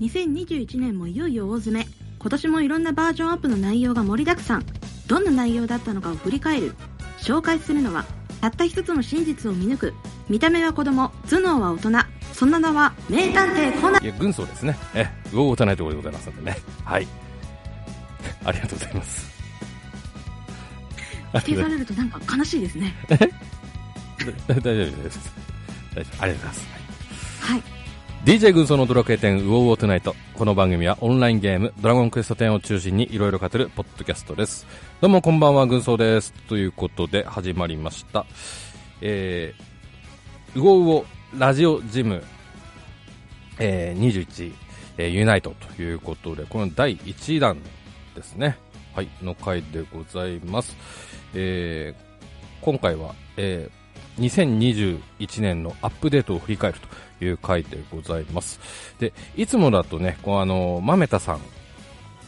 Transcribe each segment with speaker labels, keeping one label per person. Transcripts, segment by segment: Speaker 1: 2021年もいよいよ大詰め今年もいろんなバージョンアップの内容が盛りだくさんどんな内容だったのかを振り返る紹介するのはたった一つの真実を見抜く見た目は子供頭脳は大人その名は名探偵コナン
Speaker 2: いや、軍曹ですね。え、魚を打たないところでございますのでね。はい。ありがとうございます。 あ
Speaker 1: 否
Speaker 2: り
Speaker 1: 定
Speaker 2: が
Speaker 1: さ
Speaker 2: とう
Speaker 1: れるとなんか悲しいですね
Speaker 2: ございます大丈夫です。大丈夫。ありがとうございます。
Speaker 1: はい
Speaker 2: DJ 軍曹のドラクエ10ウォーウォートゥナイト。この番組はオンラインゲーム、ドラゴンクエスト10を中心にいろいろ語るポッドキャストです。どうもこんばんは、軍曹です。ということで始まりました。えー、ウォウォラジオジム、えー、21、えーユナイトということで、この第1弾ですね。はい、の回でございます。えー、今回は、えー、2021年のアップデートを振り返るという回でございます。で、いつもだとね、こうあの、まめたさん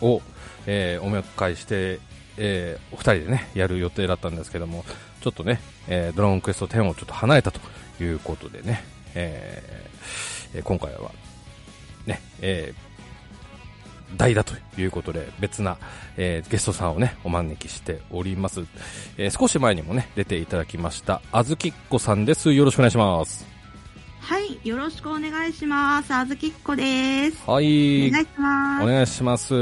Speaker 2: を、えーお迎えして、えーお二人でね、やる予定だったんですけども、ちょっとね、えードラゴンクエスト10をちょっと離れたということでね、えーえー今回は、ね、えー代打ということで別な、えーゲストさんをねお招きしております、えー少し前にもね出ていただきましたあずきっこさんですよろしくお願いします
Speaker 1: はいよろしくお願いしますあずきっこです
Speaker 2: はい
Speaker 1: お願いします
Speaker 2: お願いしますオ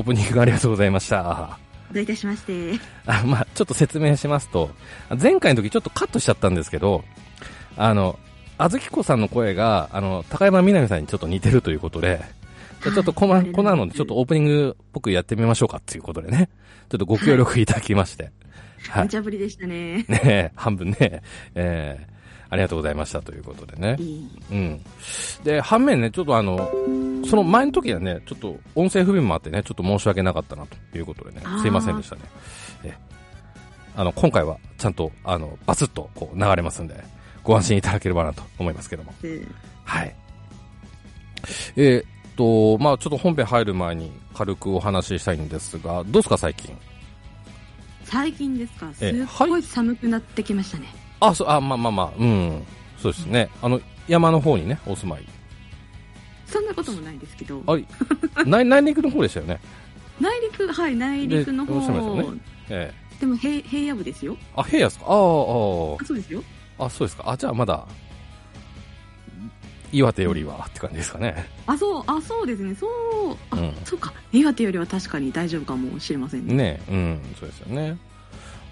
Speaker 2: ープニングありがとうございました
Speaker 1: どういたしまして
Speaker 2: あまあ、ちょっと説明しますと、前回の時ちょっとカットしちゃったんですけど、あの、あずきこさんの声が、あの、高山みなみさんにちょっと似てるということで、じゃあちょっとこま、こんなのでちょっとオープニングっぽくやってみましょうかっていうことでね、ちょっとご協力いただきまして、はい
Speaker 1: 無。茶ぶりでしたね
Speaker 2: ねえ 半分ね、えー、ありがとうございましたということでね
Speaker 1: い。い
Speaker 2: うん。で、反面ね、ちょっとあの、その前の時はね、ちょっと音声不備もあってね、ちょっと申し訳なかったなということでね
Speaker 1: あー、
Speaker 2: すいませんでしたね。えあの、今回はちゃんと、あの、バツッとこう流れますんで、ご安心いただければなと思いますけども。
Speaker 1: です
Speaker 2: はい。えーっと、まあちょっと本編入る前に軽くお話ししたいんですが、どうですか最近。
Speaker 1: 最近ですかすっ
Speaker 2: ええ
Speaker 1: ご
Speaker 2: はい
Speaker 1: 寒くなってきましたね、
Speaker 2: あ、そう、あ、まあまあまあ、うん。そうですね。あの、山の方にね、お 住まい。
Speaker 1: そんなこともないですけど
Speaker 2: あれ、内内陸の方でしたよね。
Speaker 1: 内陸はい内陸の
Speaker 2: でおっしゃいました
Speaker 1: 方
Speaker 2: よねええ
Speaker 1: でも平平野部ですよ
Speaker 2: あ、平野ですかあー
Speaker 1: あそうですよ
Speaker 2: あー、あ、そうですか。あ、じゃあまだ、岩手よりはって感じですかね。
Speaker 1: あそうあそうですねそうあ、
Speaker 2: うん
Speaker 1: そうか岩手よりは確かに大丈夫かもしれませんね
Speaker 2: ねえ、うん、そうですよね。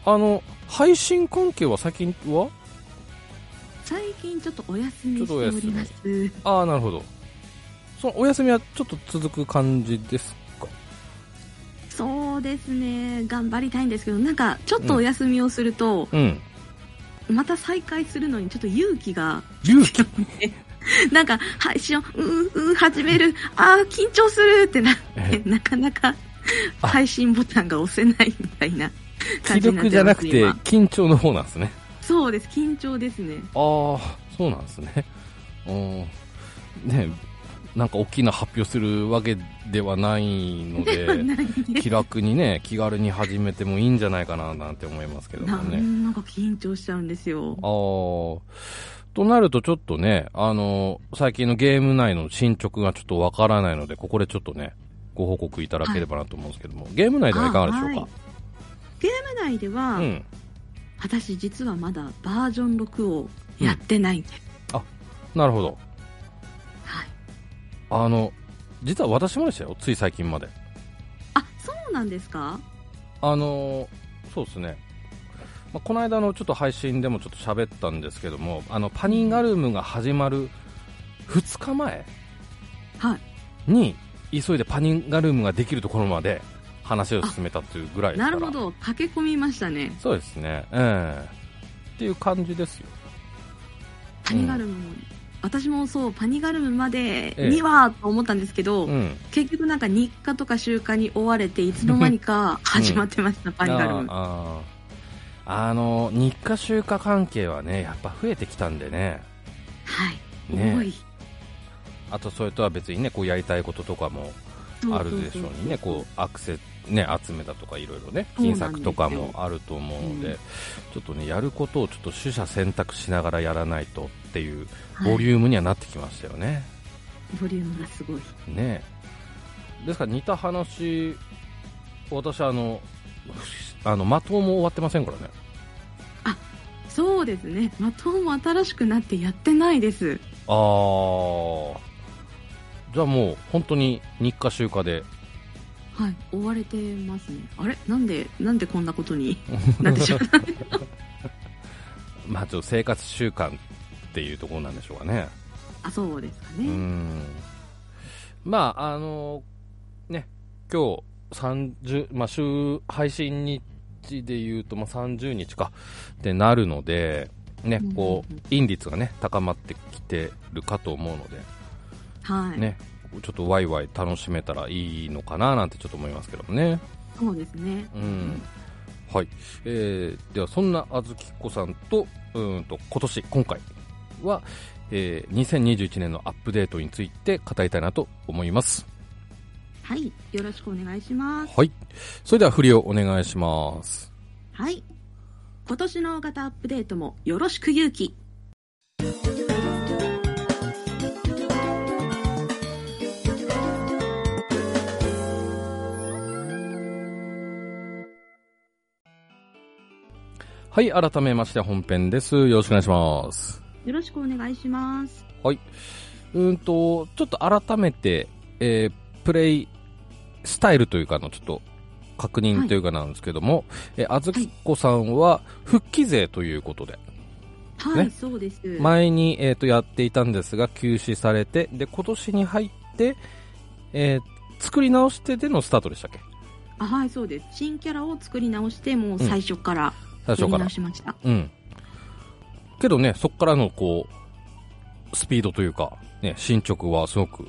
Speaker 2: あの、配信関係は最近は
Speaker 1: 最近ちょっとお休みし
Speaker 2: ち
Speaker 1: て
Speaker 2: ょっとお
Speaker 1: お
Speaker 2: 休み
Speaker 1: ります
Speaker 2: ああ、なるほど。そのお休みはちょっと続く感じですか
Speaker 1: そうですね頑張りたいんですけどなんかちょっとお休みをすると、
Speaker 2: うん。
Speaker 1: また再開するのにちょっと勇気が
Speaker 2: 勇気
Speaker 1: なんか配信をうんうん始めるあー緊張するってなっ
Speaker 2: え
Speaker 1: てなかなか
Speaker 2: あ
Speaker 1: 配信ボタンが押せないみたいな
Speaker 2: 気
Speaker 1: 感じになって
Speaker 2: 力じゃ
Speaker 1: ま
Speaker 2: な
Speaker 1: す
Speaker 2: くて
Speaker 1: 今
Speaker 2: 緊張の方なんですね。
Speaker 1: そうです緊張ですね
Speaker 2: ああ、そうなんですね。 うん。ねえなんか大きな発表するわけではないの
Speaker 1: で
Speaker 2: で。
Speaker 1: はないです
Speaker 2: 気楽にね、気軽に始めてもいいんじゃないかななんて思いますけども
Speaker 1: な
Speaker 2: ね。
Speaker 1: んか緊張しちゃうんですよ
Speaker 2: あーとなるとちょっとね、あの、最近のゲーム内の進捗がちょっとわからないので、ここでちょっとね、ご報告いただければなと思うんですけども、ゲーム内ではいかがでしょう
Speaker 1: ゲーム内では、
Speaker 2: か。うん。
Speaker 1: 私実はまだバージョン6をやってないんです、
Speaker 2: なるほど。
Speaker 1: はい、
Speaker 2: あの、実は私もでしたよ、つい最近まで。
Speaker 1: あそうなんですか
Speaker 2: あのーそうですね、まあ、この間のちょっと配信でもちょっと喋ったんですけども、あのパニガルムが始まる2日前
Speaker 1: はい
Speaker 2: に、急いでパニガルムができるところまで話を進めたっていうぐらいです
Speaker 1: な
Speaker 2: から、
Speaker 1: るほど駆け込みましたね
Speaker 2: そうですね、ええっていう感じですよ。
Speaker 1: パニガルムも、私もそうパニガルムまで
Speaker 2: ええ
Speaker 1: にはと思ったんですけど、
Speaker 2: うん、
Speaker 1: 結局なんか日課とか習慣に追われていつの間にか始まってました、パニガルム
Speaker 2: あーあーあの日課週課関係はね、やっぱ増えてきたんでね。
Speaker 1: はい、
Speaker 2: ね
Speaker 1: 多い
Speaker 2: あとそれとは別にね、こうやりたいこととかも
Speaker 1: そう
Speaker 2: あるでしょうにね、
Speaker 1: そうそう
Speaker 2: こうアクセね集めたとかいろいろね、
Speaker 1: そうなんで
Speaker 2: 金
Speaker 1: すよ
Speaker 2: 策とかもあると思うので、
Speaker 1: うん
Speaker 2: ちょっとねやることをちょっと取捨選択しながらやらないとっていう
Speaker 1: そう
Speaker 2: ボ
Speaker 1: はい
Speaker 2: リュームにはなってきましたよね。
Speaker 1: ボリュームがすごい。
Speaker 2: ねえですから似た話私あのあの的も終わってませんからね
Speaker 1: そうですね。まとも新しくなってやってないです。
Speaker 2: あーじゃあもう本当に日課週課で
Speaker 1: はい。追われてますね。あれなんで、なんでこんなこと になってしまった
Speaker 2: まあちょっと生活習慣っていうところなんでしょうかね
Speaker 1: あ、そうですか
Speaker 2: う
Speaker 1: ね。
Speaker 2: んまああのね今日30まあ週配信日でいうとまあ30日かってなるのでねこ
Speaker 1: うんうんう
Speaker 2: う陰率がね高まってきてるかと思うので
Speaker 1: はい。
Speaker 2: ね、ちょっとワイワイ楽しめたらいいのかななんてちょっと思いますけどもね。
Speaker 1: そうですね。
Speaker 2: うん。はい。えーではそんなあずきこさんと、うーんと、今年、今回は、えー2021年のアップデートについて語りたいなと思います。
Speaker 1: はい。よろしくお願いします。
Speaker 2: はい。それでは振りをお願いします。
Speaker 1: はい。今年の大型アップデートもよろしく勇気。
Speaker 2: はい、改めまして本編です。よろしくお願いします。
Speaker 1: よろしくお願いします。
Speaker 2: うーんと、ちょっと改めて、えープレイスタイルというかの、ちょっと確認というかなんですけども、えーあずきこさんは復帰勢ということで、
Speaker 1: はい、
Speaker 2: ね
Speaker 1: そうです。
Speaker 2: 前に、えー、とやっていたんですが、休止されて、で、今年に入って、えー作り直してでのスタートでしたっけ
Speaker 1: あはい、そうです。新キャラを作り直して、もう最初から
Speaker 2: 最
Speaker 1: 作
Speaker 2: 初
Speaker 1: り
Speaker 2: から
Speaker 1: 直。しました。
Speaker 2: うん。けどね、そっからの、こう、スピードというか、ね、進捗はすごく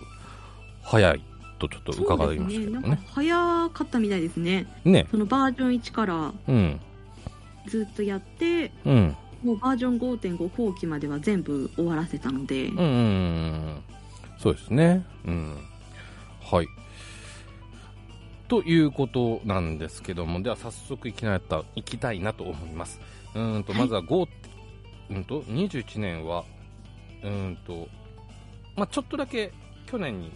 Speaker 2: 早いとちょっと伺いましたけど
Speaker 1: そうですねなん
Speaker 2: ね
Speaker 1: か早かったみたいですね。
Speaker 2: ね。
Speaker 1: そのバージョン1から
Speaker 2: うん。
Speaker 1: ずっとやって、
Speaker 2: うん。
Speaker 1: もうバージョン5.5後期までは全部終わらせたので、
Speaker 2: うんうんうん。そうですね。うん。はい。ということなんですけども、では早速いきなりたいきたいなと思います。うーんと、
Speaker 1: はい
Speaker 2: まずは5、うんと、21年は、うーんと、まあちょっとだけ去年に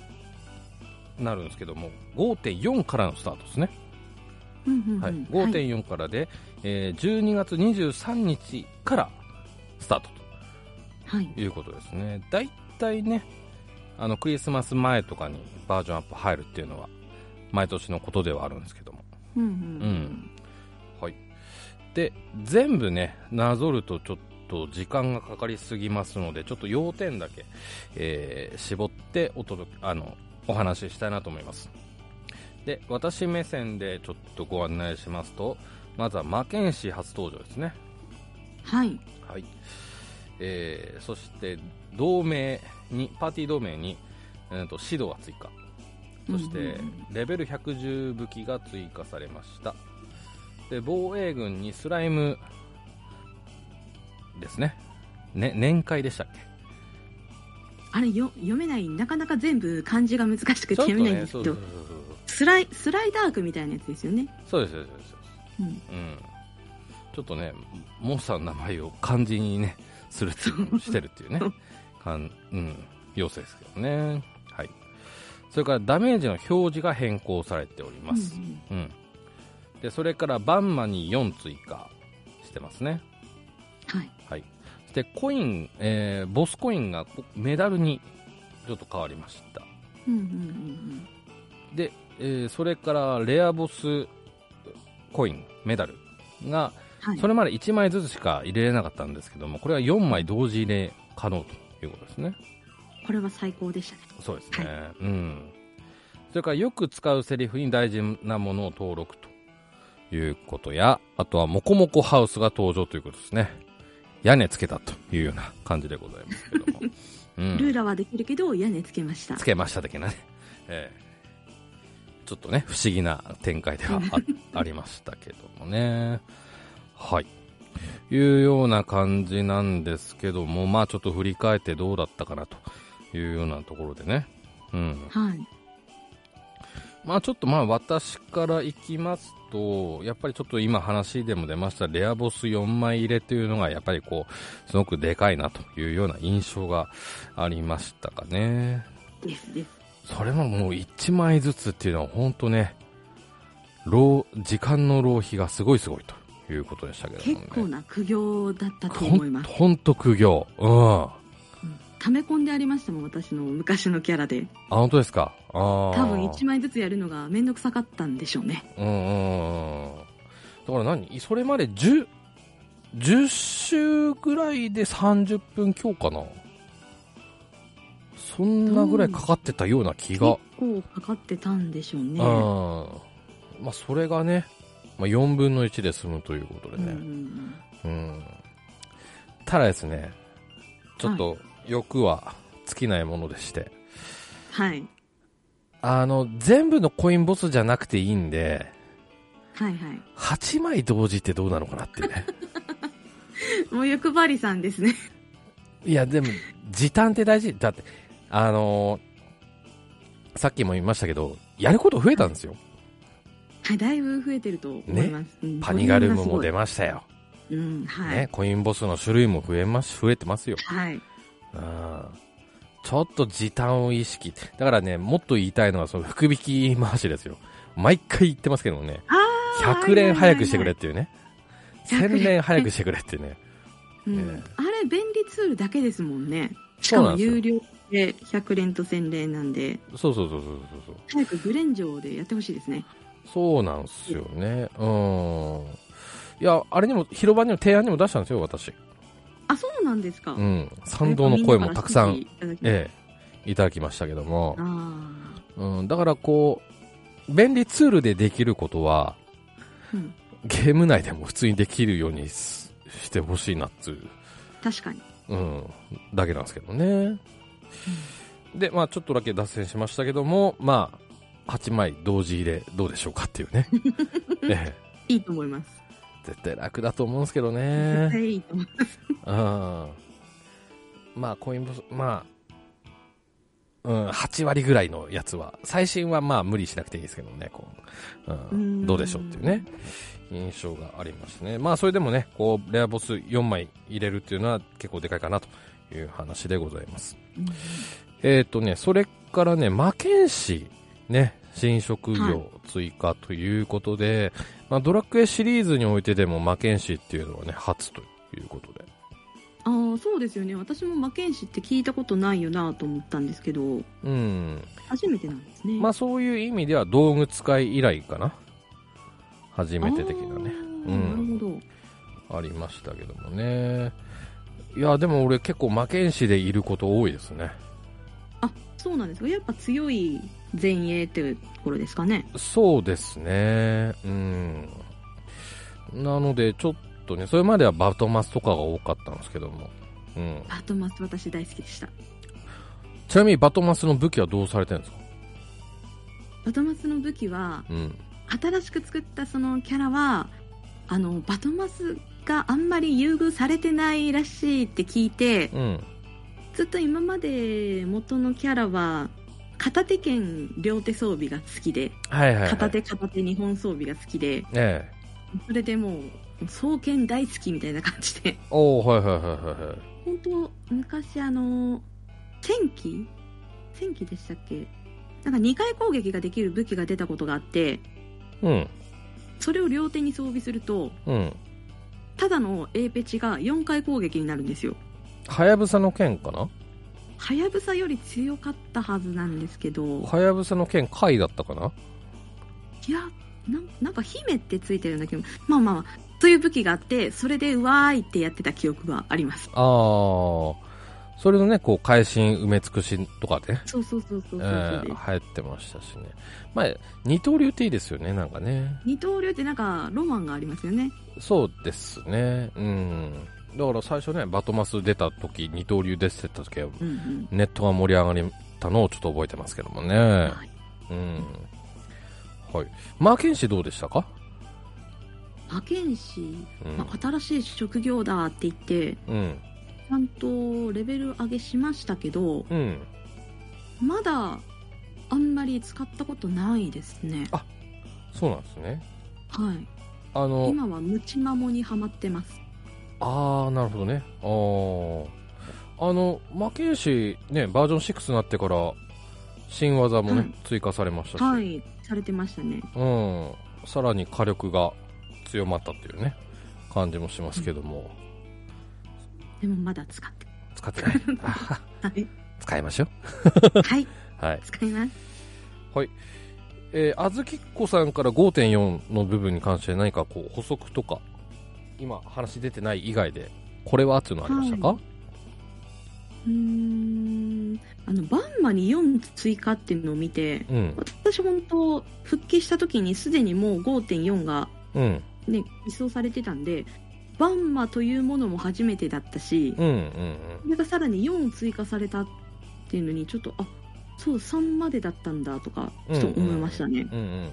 Speaker 2: なるんですけども、5.4からのスタートですね。
Speaker 1: うんうんうん
Speaker 2: はい、
Speaker 1: はい
Speaker 2: 5.4からで、えー12月23日からスタートと。
Speaker 1: はい
Speaker 2: ということですね。だいたいね、あのクリスマス前とかにバージョンアップ入るっていうのは、毎年のことではあるんですけども。
Speaker 1: うんう
Speaker 2: うんんはい。で、全部ね、なぞるとちょっと時間がかかりすぎますので、ちょっと要点だけ、えー絞ってお届け、あの、お話ししたいなと思います。で、私目線でちょっとご案内しますと、まずは魔剣士初登場ですね。
Speaker 1: はい
Speaker 2: はいえーそして同盟にパーティー同盟に、えー、と指導が追加そ
Speaker 1: うん
Speaker 2: し
Speaker 1: うん
Speaker 2: て
Speaker 1: うん
Speaker 2: レベル110武器が追加されましたで防衛軍にスライムですねね年会でしたっけ
Speaker 1: あれよ読めないなかなか全部漢字が難しくて読めないんです
Speaker 2: そ
Speaker 1: け
Speaker 2: うそ
Speaker 1: ど、
Speaker 2: うそう
Speaker 1: スライスライダークみたいなやつですよね、
Speaker 2: そうそうですそうですそうです
Speaker 1: うん、
Speaker 2: うんちょっとねモンスターの名前を漢字にねするっていうのをしてるっていう ね
Speaker 1: そう
Speaker 2: かん、うん、要素ですけどねはいそれからダメージの表示が変更されております
Speaker 1: う、ん
Speaker 2: うんでそれからバンマに4追加してますね
Speaker 1: はい
Speaker 2: はいそしてコイン、えーボスコインがこメダルにちょっと変わりました
Speaker 1: うんうんうん
Speaker 2: で、えーそれからレアボスコインメダル
Speaker 1: う
Speaker 2: が
Speaker 1: んはい
Speaker 2: それまで1枚ずつしか入れれなかったんですけども、これは4枚同時入れ可能ということですね。
Speaker 1: これは最高でしたね
Speaker 2: そうですね。
Speaker 1: は
Speaker 2: うん。それからよく使うセリフに大事なものを登録ということや、あとはモコモコハウスが登場ということですね。屋根つけたというような感じでございますけど も。う
Speaker 1: ルー
Speaker 2: ん。
Speaker 1: ラーはできるけど屋根つけました
Speaker 2: つけました的なね。 ええちょっとね、不思議な展開ではあ ありましたけどもね。はい。いうような感じなんですけども、まあちょっと振り返ってどうだったかなというようなところでね。うん。
Speaker 1: はい
Speaker 2: まあちょっとまあ私から行きますと、やっぱりちょっと今話でも出ましたレアボス4枚入れというのがやっぱりこう、すごくでかいなというような印象がありましたかね。
Speaker 1: ですです。
Speaker 2: それももう1枚ずつっていうのは本当ね、労、時間の浪費がすごいすごいということでしたけれども
Speaker 1: 結
Speaker 2: ね。
Speaker 1: 構な苦行だったと
Speaker 2: ほ
Speaker 1: 思い
Speaker 2: ん
Speaker 1: ます。
Speaker 2: ほんと苦行。うん。あ、
Speaker 1: うん溜め込んでありましたもん、私の昔のキャラで。
Speaker 2: 本当ですか。ああ。
Speaker 1: 多分1枚ずつやるのがめんどくさかったんでしょうね。
Speaker 2: うんうんうんうん。だから何それまで10、10週ぐらいで30分強かな。そんなぐらいかかってたような気
Speaker 1: 結
Speaker 2: が
Speaker 1: 構。かかってたんでしょうね。
Speaker 2: うん。まあ、それがね、まあ、4分の1で済むということで
Speaker 1: うんうん
Speaker 2: ね。
Speaker 1: うん
Speaker 2: うん。ただですね、ちょっと欲は尽きないものでして、
Speaker 1: はい。
Speaker 2: あの、全部のコインボスじゃなくていいんで、
Speaker 1: はいはい。
Speaker 2: 8枚同時ってどうなのかなって ね。
Speaker 1: もう欲張りさんですね。
Speaker 2: いや、でも、時短って大事。だって、あのーさっきも言いましたけど、やること増えたんですよ。
Speaker 1: はい、だいぶ増えてると思います。うん
Speaker 2: パニガルームも
Speaker 1: ボリュ
Speaker 2: 出
Speaker 1: ームが
Speaker 2: ましたよ。
Speaker 1: すごいうん、はい。
Speaker 2: ね、コインボスの種類も増えます、増えてますよ。
Speaker 1: はい。
Speaker 2: うんちょっと時短を意識。だからね、もっと言いたいのは、その福引き回しですよ。毎回言ってますけどもね、
Speaker 1: あー
Speaker 2: 100連早くしてくれっ。ていうね。
Speaker 1: はいはいはい
Speaker 2: 1000連早くしてくれっていうね。
Speaker 1: はいはいはいうん
Speaker 2: え
Speaker 1: あれ、便利ツールだけですもんね。し
Speaker 2: そ
Speaker 1: か
Speaker 2: うな
Speaker 1: も
Speaker 2: んです
Speaker 1: 有
Speaker 2: よ。
Speaker 1: 料で100連と1000連なんで、
Speaker 2: そうそうそうそうそうそう。
Speaker 1: 早くグレンジョーでやってほしいですね。
Speaker 2: そうなんすよね。うん。いや、あれにも、広場にも提案にも出したんですよ、私。
Speaker 1: あ、そうなんですか。
Speaker 2: うん。賛同の声もたくさん、
Speaker 1: え
Speaker 2: ええ、いただきましたけども
Speaker 1: あ。あ
Speaker 2: うん。だからこう、便利ツールでできることは、
Speaker 1: ー、うん、
Speaker 2: ゲーム内でも普通にできるようにすしてほしいなっつう、
Speaker 1: 確かに。
Speaker 2: うん、だけなんですけどね。で、まあちょっとだけ脱線しましたけども、まあ8枚同時入れどうでしょうかってい うね。ええ
Speaker 1: いいと思います。
Speaker 2: 絶対楽だと思うんですけど
Speaker 1: 絶
Speaker 2: ね。
Speaker 1: 対いいと思います。
Speaker 2: うんまあ、コインボス、まあ、うん、8割ぐらいのやつは、最新はまあ無理しなくていいですけどね、こう、う、
Speaker 1: うんん
Speaker 2: どうでしょうっていうね、印象がありますね。まあ、それでもね、こう、レアボス4枚入れるっていうのは結構でかいかなという話でございます。
Speaker 1: うん
Speaker 2: えっ、とね、それからね、魔剣士、ね、新職
Speaker 1: は
Speaker 2: 業追加ということで、まあ、ドラクエシリーズにおいてでも魔剣士っていうのはね、初ということで。
Speaker 1: ああ、そうですよね。私も魔剣士って聞いたことないよなと思ったんですけど、
Speaker 2: うん。
Speaker 1: 初めてなんですね。
Speaker 2: まあそういう意味では道具使い以来かな。初めて的なね。
Speaker 1: あー
Speaker 2: うん
Speaker 1: なるほど。
Speaker 2: ありましたけどもね。いや、でも俺結構魔剣士でいること多いですね。
Speaker 1: あ、そうなんですか。やっぱ強い前衛っていうところですかね。
Speaker 2: そうですね。うん。なのでちょっとね、それまではバトマスとかが多かったんですけども。うん。
Speaker 1: バトマス私大好きでした。
Speaker 2: ちなみにバトマスの武器はどうされてるんですか
Speaker 1: バトマスの武器は、
Speaker 2: うん。
Speaker 1: 新しく作ったそのキャラは、あの、バトマスがあんまり優遇されてないらしいって聞いて、
Speaker 2: うん。
Speaker 1: ずっと今まで元のキャラは、片手剣両手装備が好きで、
Speaker 2: はいはい、はい。
Speaker 1: 片手片手日本装備が好きで、
Speaker 2: ええ。
Speaker 1: それでもう、双剣大好きみたいな感じで、
Speaker 2: おー、はいはいはいはいはい。
Speaker 1: 本当昔あの、戦機戦機でしたっけなんか2回攻撃ができる武器が出たことがあって、
Speaker 2: うん。
Speaker 1: それを両手に装備すると、
Speaker 2: うん。
Speaker 1: ただのエーペチが4回攻撃になるんですよ。
Speaker 2: はやぶさの剣かな
Speaker 1: はやぶさより強かったはずなんですけど、
Speaker 2: はやぶさの剣回だったかない
Speaker 1: や、なんなんか姫ってついてるんだけど、まあまあまあ、そういう武器があって、それでうわーいってやってた記憶があります。
Speaker 2: ああそれのねこう会心埋め尽くしとかね
Speaker 1: そうそうそうそうそう
Speaker 2: え
Speaker 1: そう
Speaker 2: ー
Speaker 1: です、
Speaker 2: 流行ってましたしねまあ二刀流っていいですよねなんかね
Speaker 1: 二刀流ってなんかロマンがありますよね。
Speaker 2: そうですねうんだから最初ねバトマス出た時二刀流出てた時は
Speaker 1: うんうん。
Speaker 2: ネットが盛り上がったのをちょっと覚えてますけどもね
Speaker 1: はい
Speaker 2: うんはいマーケン氏どうでしたか
Speaker 1: 派遣士、
Speaker 2: うん
Speaker 1: まあ、新しい職業だって言って、ち
Speaker 2: うん
Speaker 1: ゃんとレベル上げしましたけど、
Speaker 2: うん
Speaker 1: まだあんまり使ったことないですね。
Speaker 2: そうなんですね
Speaker 1: はい。
Speaker 2: あの
Speaker 1: 今はムチマモにハマってます
Speaker 2: ああなるほどねあああの魔剣士ねバージョン6になってから新技もね、
Speaker 1: はい
Speaker 2: 追加されましたし、
Speaker 1: はい、されてましたね。
Speaker 2: うん、さらに火力が強まったっていうね感じもしますけども、
Speaker 1: でもまだ使って。
Speaker 2: 使ってない あは
Speaker 1: はい
Speaker 2: 使いましょ
Speaker 1: はい、
Speaker 2: うはい
Speaker 1: 使います。
Speaker 2: えー、あずきっこさんから5.4の部分に関して何かこう補足とか今話出てない以外でこれはっていうのありましたか、
Speaker 1: はうーん、あの、バンマに4追加っていうのを見て、
Speaker 2: うん
Speaker 1: 私本当、復帰した時にすでにもう5.4が
Speaker 2: うん
Speaker 1: ね、実装されてたんで、バンマというものも初めてだったし
Speaker 2: うんう、んうん
Speaker 1: それがさらに4追加されたっていうのに、ちょっと、あそう、3までだったんだとか、ちょっと思いましたね。
Speaker 2: うんうん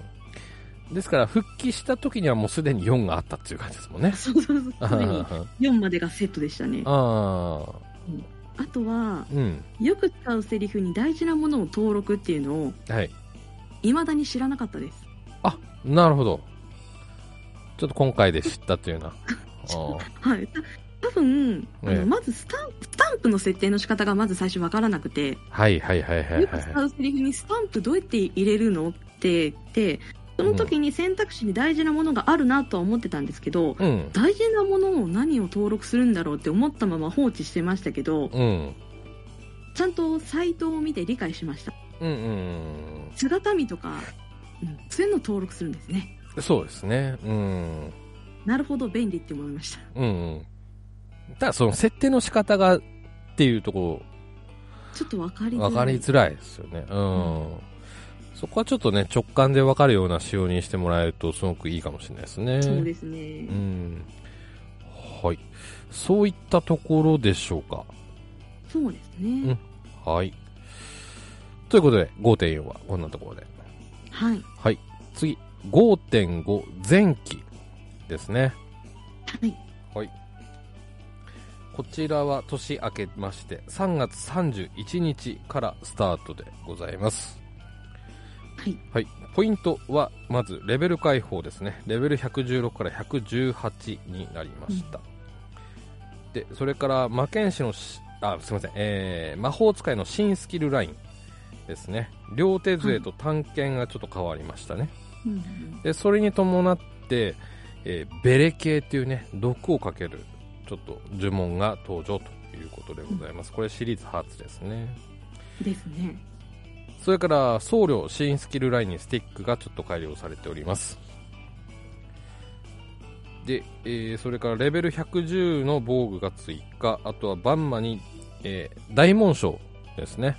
Speaker 2: ですから復帰した時にはもうすでに4があったっていう感じですもんね
Speaker 1: そうそうそう、
Speaker 2: あ
Speaker 1: すでに4までがセットでしたね。あ
Speaker 2: あ
Speaker 1: とは、
Speaker 2: ーうん
Speaker 1: よく使うセリフに大事なものを登録っていうのを、
Speaker 2: はい
Speaker 1: 未だに知らなかったです。
Speaker 2: あなるほどちょっと今回で知ったというよう なあ
Speaker 1: はい。た多分、あ
Speaker 2: ええ
Speaker 1: の、まずスタンプ、スタンプの設定の仕方がまず最初わからなくて、
Speaker 2: ーはいはいはいはい
Speaker 1: よ
Speaker 2: は
Speaker 1: く
Speaker 2: い
Speaker 1: 使うセリフにスタンプどうやって入れるのって言って、その時に選択肢に大事なものがあるなとは思ってたんですけど、
Speaker 2: うん
Speaker 1: 大事なものを何を登録するんだろうって思ったまま放置してましたけど、
Speaker 2: うん
Speaker 1: ちゃんとサイトを見て理解しました。
Speaker 2: うんうん
Speaker 1: 姿見とか、うんそういうのを登録するんですね。
Speaker 2: うんそうですねうん
Speaker 1: なるほど便利って思いました。
Speaker 2: うんうんただその設定の仕方がっていうとこ
Speaker 1: ちょっと分かり
Speaker 2: ろ
Speaker 1: づらい。
Speaker 2: 分かりづらいですよねうん、そこはちょっとね直感で分かるような仕様にしてもらえるとすごくいいかもしれないですね
Speaker 1: そうですね。
Speaker 2: うんはいそういったところでしょうか
Speaker 1: そうですね。
Speaker 2: んはいということで5.4はこんなところで
Speaker 1: はい。
Speaker 2: はい次5.5前期ですね
Speaker 1: はい。
Speaker 2: こちらは年明けまして3月31日からスタートでございます。
Speaker 1: はい。
Speaker 2: はい。ポイントは、まずレベル解放ですね。レベル116から118になりました。で、それから魔剣士のし、あ、すいません、えー、魔法使いの新スキルラインですね。両手杖と探検がちょっと変わりましたね。
Speaker 1: うん
Speaker 2: でそれに伴って、えーベレ系っていうね毒をかけるちょっと呪文が登場ということでございます、これシリーズ初ですね
Speaker 1: ですね。
Speaker 2: それから僧侶新スキルラインにスティックがちょっと改良されておりますで、えーそれからレベル110の防具が追加あとはバンマに、えー大紋章ですね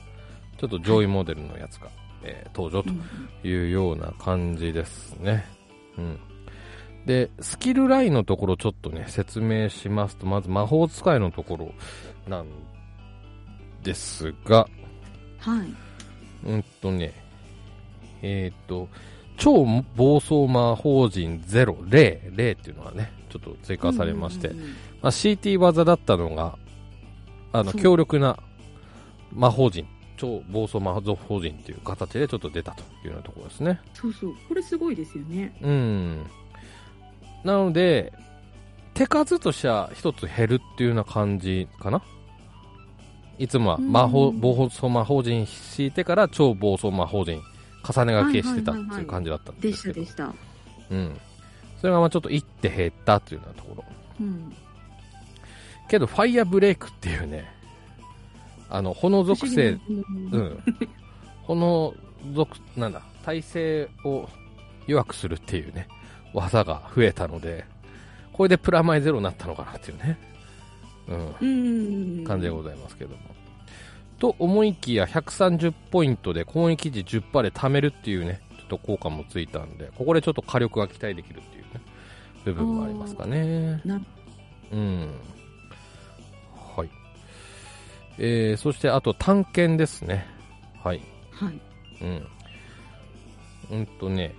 Speaker 2: ちょっと上位モデルのやつが、えー登場と
Speaker 1: うん
Speaker 2: いうような感じですね。うん。で、スキルラインのところちょっとね、説明しますと、まず魔法使いのところなんですが、
Speaker 1: はい。
Speaker 2: うんとね、えっ、と、超暴走魔法陣0、0、0っていうのはね、ちょっと追加されまして
Speaker 1: う、んうんうん
Speaker 2: まあ、CT 技だったのが、あの、
Speaker 1: そう
Speaker 2: 強力な魔法陣、超暴走魔法陣っていう形でちょっと出たというようなところですね。
Speaker 1: そうそう。これすごいですよね。
Speaker 2: うん。なので、手数としては一つ減るっていうような感じかな。いつもは魔法、
Speaker 1: うん
Speaker 2: 暴走魔法陣敷いてから超暴走魔法陣重ねがけしてたっ
Speaker 1: はいはい
Speaker 2: て
Speaker 1: はいいう
Speaker 2: 感じだったん
Speaker 1: で
Speaker 2: です
Speaker 1: した
Speaker 2: けど
Speaker 1: で。した。
Speaker 2: うん。それがまあちょっと一手減ったっていうようなところ。
Speaker 1: うん。
Speaker 2: けど、ファイアブレイクっていうね、あの、炎属性、
Speaker 1: 不思議な。
Speaker 2: うん。炎属、なんだ、耐性を弱くするっていうね、技が増えたので、これでプラマイゼロになったのかなっていうね、うん、
Speaker 1: うん。
Speaker 2: 感じでございますけども。と思いきや、130ポイントで攻撃時10%で貯めるっていうね、ちょっと効果もついたんで、ここでちょっと火力が期待できるっていうね、部分もありますかね。
Speaker 1: な
Speaker 2: うん。はい。えー、そしてあと探検ですね。はい。
Speaker 1: はい。
Speaker 2: うん。うんとね、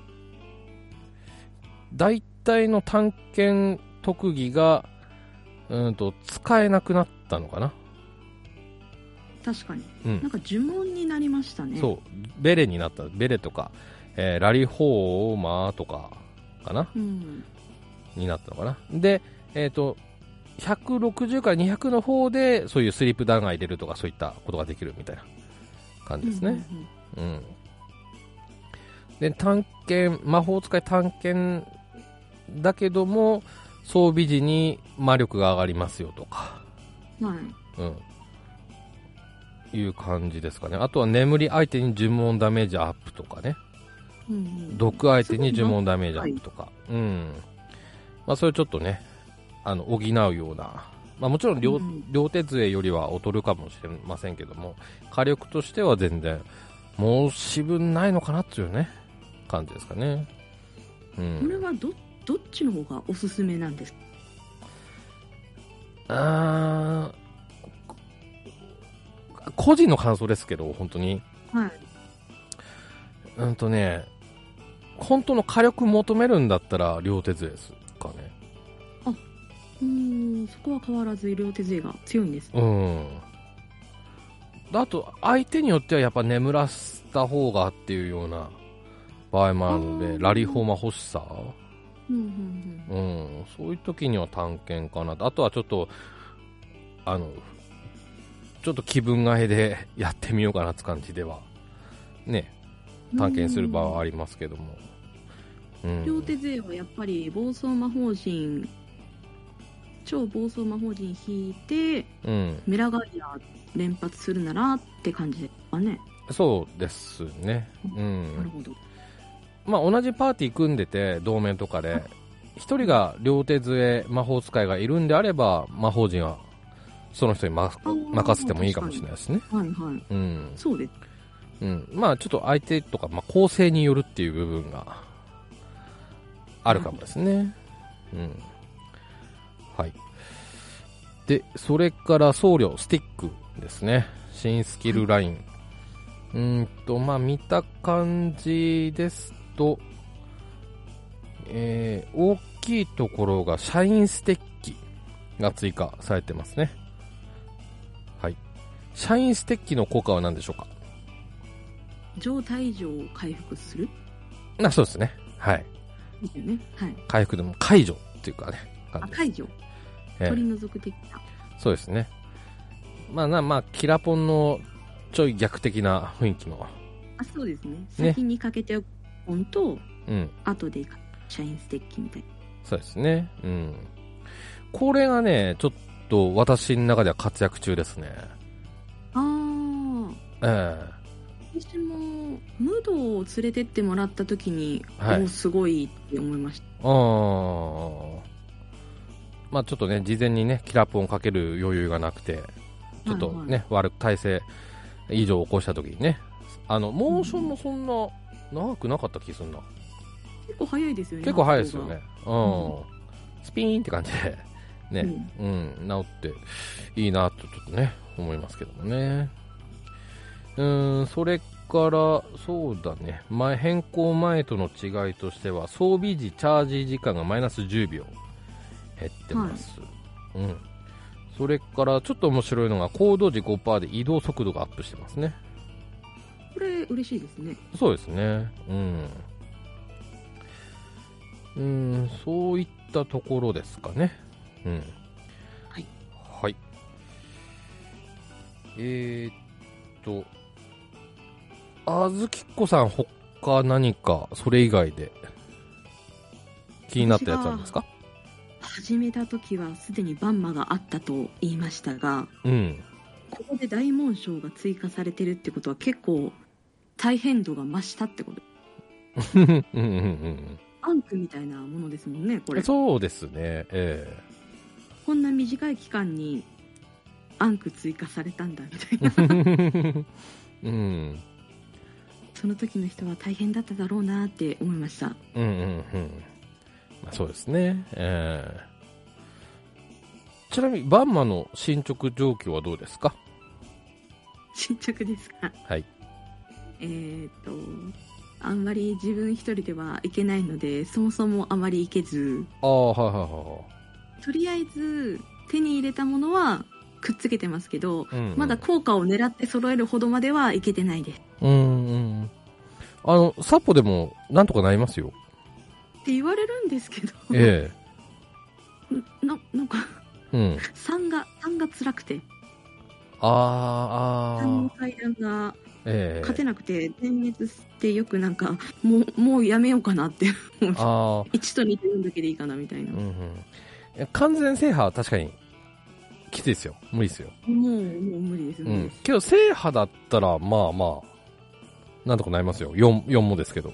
Speaker 2: 大体の探検特技が、うんと、使えなくなったのかな。
Speaker 1: 確かに。
Speaker 2: うん
Speaker 1: なん。か呪文になりましたね。
Speaker 2: そう。ベレになった。ベレとか、えーラリホーマーとか、かな。
Speaker 1: う。うん。
Speaker 2: になったのかな。で、えっ、と、160から200の方で、そういうスリープ弾が入れるとか、そういったことができるみたいな感じですね。
Speaker 1: うんうんうん。
Speaker 2: うん、で探検魔法使い探検だけども装備時に魔力が上がりますよとか、
Speaker 1: はい。
Speaker 2: うん、いう感じですかねあとは眠り相手に呪文ダメージアップとかね
Speaker 1: うんうん
Speaker 2: 毒相手に呪文ダメージアップとか、うんまあ、それちょっとねあの補うような、まあ、もちろん両,、
Speaker 1: うん
Speaker 2: 両手杖よりは劣るかもしれませんけども火力としては全然申し分ないのかなっていうね感じですかね、う
Speaker 1: これ
Speaker 2: ん、
Speaker 1: はど、どっちの方がおすすめなんですか
Speaker 2: あー個人の感想ですけど本当に
Speaker 1: はい。
Speaker 2: うんとね本当の火力求めるんだったら両手杖ですかね
Speaker 1: うん、そこは変わらず両手勢が強いんです。
Speaker 2: うん。あと、相手によってはやっぱ眠らせた方がっていうような場合もあるの
Speaker 1: あ
Speaker 2: で、
Speaker 1: ー
Speaker 2: ラリホーマ欲しさ、
Speaker 1: うん、うん、
Speaker 2: うん、そういう時には探検かなと。あとはちょっと、あの、ちょっと気分替えで やってみようかなって感じでは、ね、
Speaker 1: うん。
Speaker 2: 探検する場はありますけども。うん、
Speaker 1: 両手勢はやっぱり暴走魔法陣、超暴走魔法陣引いて、
Speaker 2: うん、
Speaker 1: メラガイア連発するならって感じですかね。
Speaker 2: そうですね。うん。
Speaker 1: なるほど。
Speaker 2: まあ、同じパーティー組んでて同盟とかで一人が両手杖魔法使いがいるんであれば魔法陣はその人にま
Speaker 1: あー
Speaker 2: 任せてもいいかもしれないですね。
Speaker 1: はいはい。
Speaker 2: うん。
Speaker 1: そうです。
Speaker 2: うん。まあちょっと相手とか、まあ、構成によるっていう部分があるかもですね。うん。はい。で、それから僧侶、スティックですね。新スキルライン。うーんと、まあ見た感じですと、えー大きいところがシャインステッキが追加されてますね。はい。シャインステッキの効果は何でしょうか
Speaker 1: 状態上を回復する
Speaker 2: あそうですね。はい。
Speaker 1: ですよね。はい。
Speaker 2: 回復でも解除っていうかね。感
Speaker 1: あ、
Speaker 2: じ
Speaker 1: 解除。
Speaker 2: ええ
Speaker 1: 取り除く的な。
Speaker 2: そうですね。まあな、まあ、キラポンのちょい逆的な雰囲気の。
Speaker 1: あ、そうですね。先にかけておく本と、
Speaker 2: うん。
Speaker 1: 後でかシャインステッキみたいな。
Speaker 2: そうですね。うん。これがね、ちょっと私の中では活躍中ですね。
Speaker 1: あー。
Speaker 2: ええ
Speaker 1: 私もムドを連れてってもらった時に、
Speaker 2: はい
Speaker 1: おーすごいって思いました
Speaker 2: あーまあちょっとね、事前にね、キラポンかける余裕がなくて、ちょっと
Speaker 1: は
Speaker 2: ね、
Speaker 1: いは
Speaker 2: 悪く体勢異常を起こした時にね、あの、モーションもそんな長くなかった気すんな。
Speaker 1: 結構早いですよね
Speaker 2: 結構早いですよ
Speaker 1: ん
Speaker 2: ね。うん。スピーンって感 じで、
Speaker 1: う
Speaker 2: ね、
Speaker 1: ん
Speaker 2: うん、治っていいなとちょっとね、思いますけどもね。うーん、それから、そうだね、前、変更前との違いとしては、装備時、チャージ時間がマイナス10秒減ってます。うん。それから、ちょっと面白いのが、行動時5%で移動速度がアップしてますね。
Speaker 1: これ嬉しいですね
Speaker 2: そうですね。うん。うん、そういったところですかね。うん。
Speaker 1: はい。
Speaker 2: はい。えー、っと、あずきっこさん、他何か、それ以外で、気になったやつありますか
Speaker 1: 始めた時はすでにバンマがあったと言いましたが
Speaker 2: うん。
Speaker 1: ここで大紋章が追加されてるってことは結構大変度が増したってこと
Speaker 2: うんうんうん
Speaker 1: アンクみたいなものですもんねこ
Speaker 2: う
Speaker 1: れ
Speaker 2: ん。そうですね。ええ
Speaker 1: こんな短い期間にアンク追加されたんだみたいな
Speaker 2: うん。
Speaker 1: その時の人は大変だっただろうなって思いました
Speaker 2: うんうんうん。まあ、そうですね。えーちなみに、バンマの進捗状況はどうですか
Speaker 1: 進捗ですか
Speaker 2: はい。
Speaker 1: えーっとあんまり自分一人では行けないのでそもそもあまり行けず
Speaker 2: ああ、はいはいは
Speaker 1: とりあえず手に入れたものはくっつけてますけど、
Speaker 2: いはい。うんうん
Speaker 1: まだ効果を狙って揃えるほどまでは行けてないです
Speaker 2: うんうん。あの、サポでも、なんとかなりますよ。
Speaker 1: って言われるんですけど、
Speaker 2: え
Speaker 1: ななんか
Speaker 2: えうん。
Speaker 1: 3が3が辛くて
Speaker 2: ああ、あ
Speaker 1: 3の階段が
Speaker 2: え
Speaker 1: 勝て
Speaker 2: え
Speaker 1: なくて点滅してよくなんかもうもうやめようかなって 思う
Speaker 2: ああ、
Speaker 1: 1と2と4だけでいいかなみたいな
Speaker 2: うんう、んいや。完全制覇は確かに、きついですよ。無理ですよ。
Speaker 1: もうもう無理です
Speaker 2: う
Speaker 1: 無理
Speaker 2: ん
Speaker 1: です、。
Speaker 2: けど制覇だったら、まあまあ、なんとかなりますよ。4、4もですけど。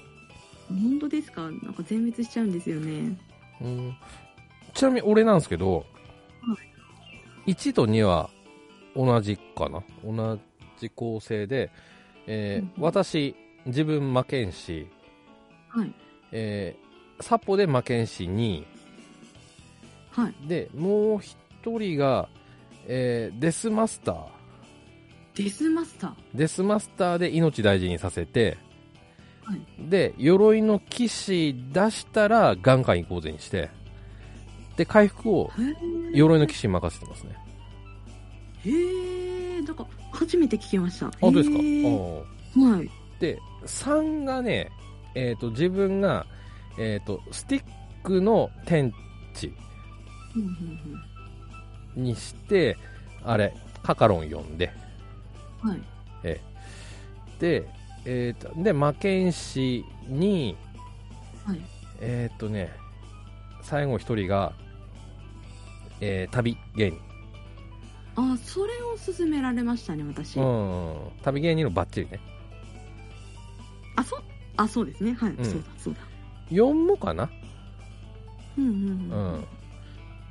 Speaker 1: 本当ですかなんか全滅しちゃうんですよね
Speaker 2: うんちなみに俺なんですけど、
Speaker 1: は
Speaker 2: 1と2は同じかな。同じ構成で、えー
Speaker 1: うんうん
Speaker 2: 私、自分負けんし、
Speaker 1: はい
Speaker 2: えーサポで負けんし2
Speaker 1: はい
Speaker 2: で、もう一人が、えーデスマスター。
Speaker 1: デスマスター
Speaker 2: デスマスターで命大事にさせて、
Speaker 1: はい
Speaker 2: で、鎧の騎士出したら眼下に行こうぜにして、で、回復を
Speaker 1: へ
Speaker 2: 鎧の騎士に任せてますね。
Speaker 1: えへえんか初めて聞きました
Speaker 2: 本当ですか
Speaker 1: へー
Speaker 2: おう
Speaker 1: はい
Speaker 2: で、3がね、えっ、と、自分が、えっ、と、スティックの天地
Speaker 1: うんうん
Speaker 2: にして、あれ、カカロン呼んで、
Speaker 1: うんはい
Speaker 2: で、えっ、と、で、魔剣士に、
Speaker 1: はい
Speaker 2: えっ、とね、最後一人が、えー旅芸人。
Speaker 1: あそれを勧められましたね私、
Speaker 2: うん。旅芸人のバッチリね。
Speaker 1: あそうあそうですねはい、
Speaker 2: うん
Speaker 1: そうだそうだ
Speaker 2: 4もかな
Speaker 1: うんうん
Speaker 2: う
Speaker 1: うん、
Speaker 2: ん。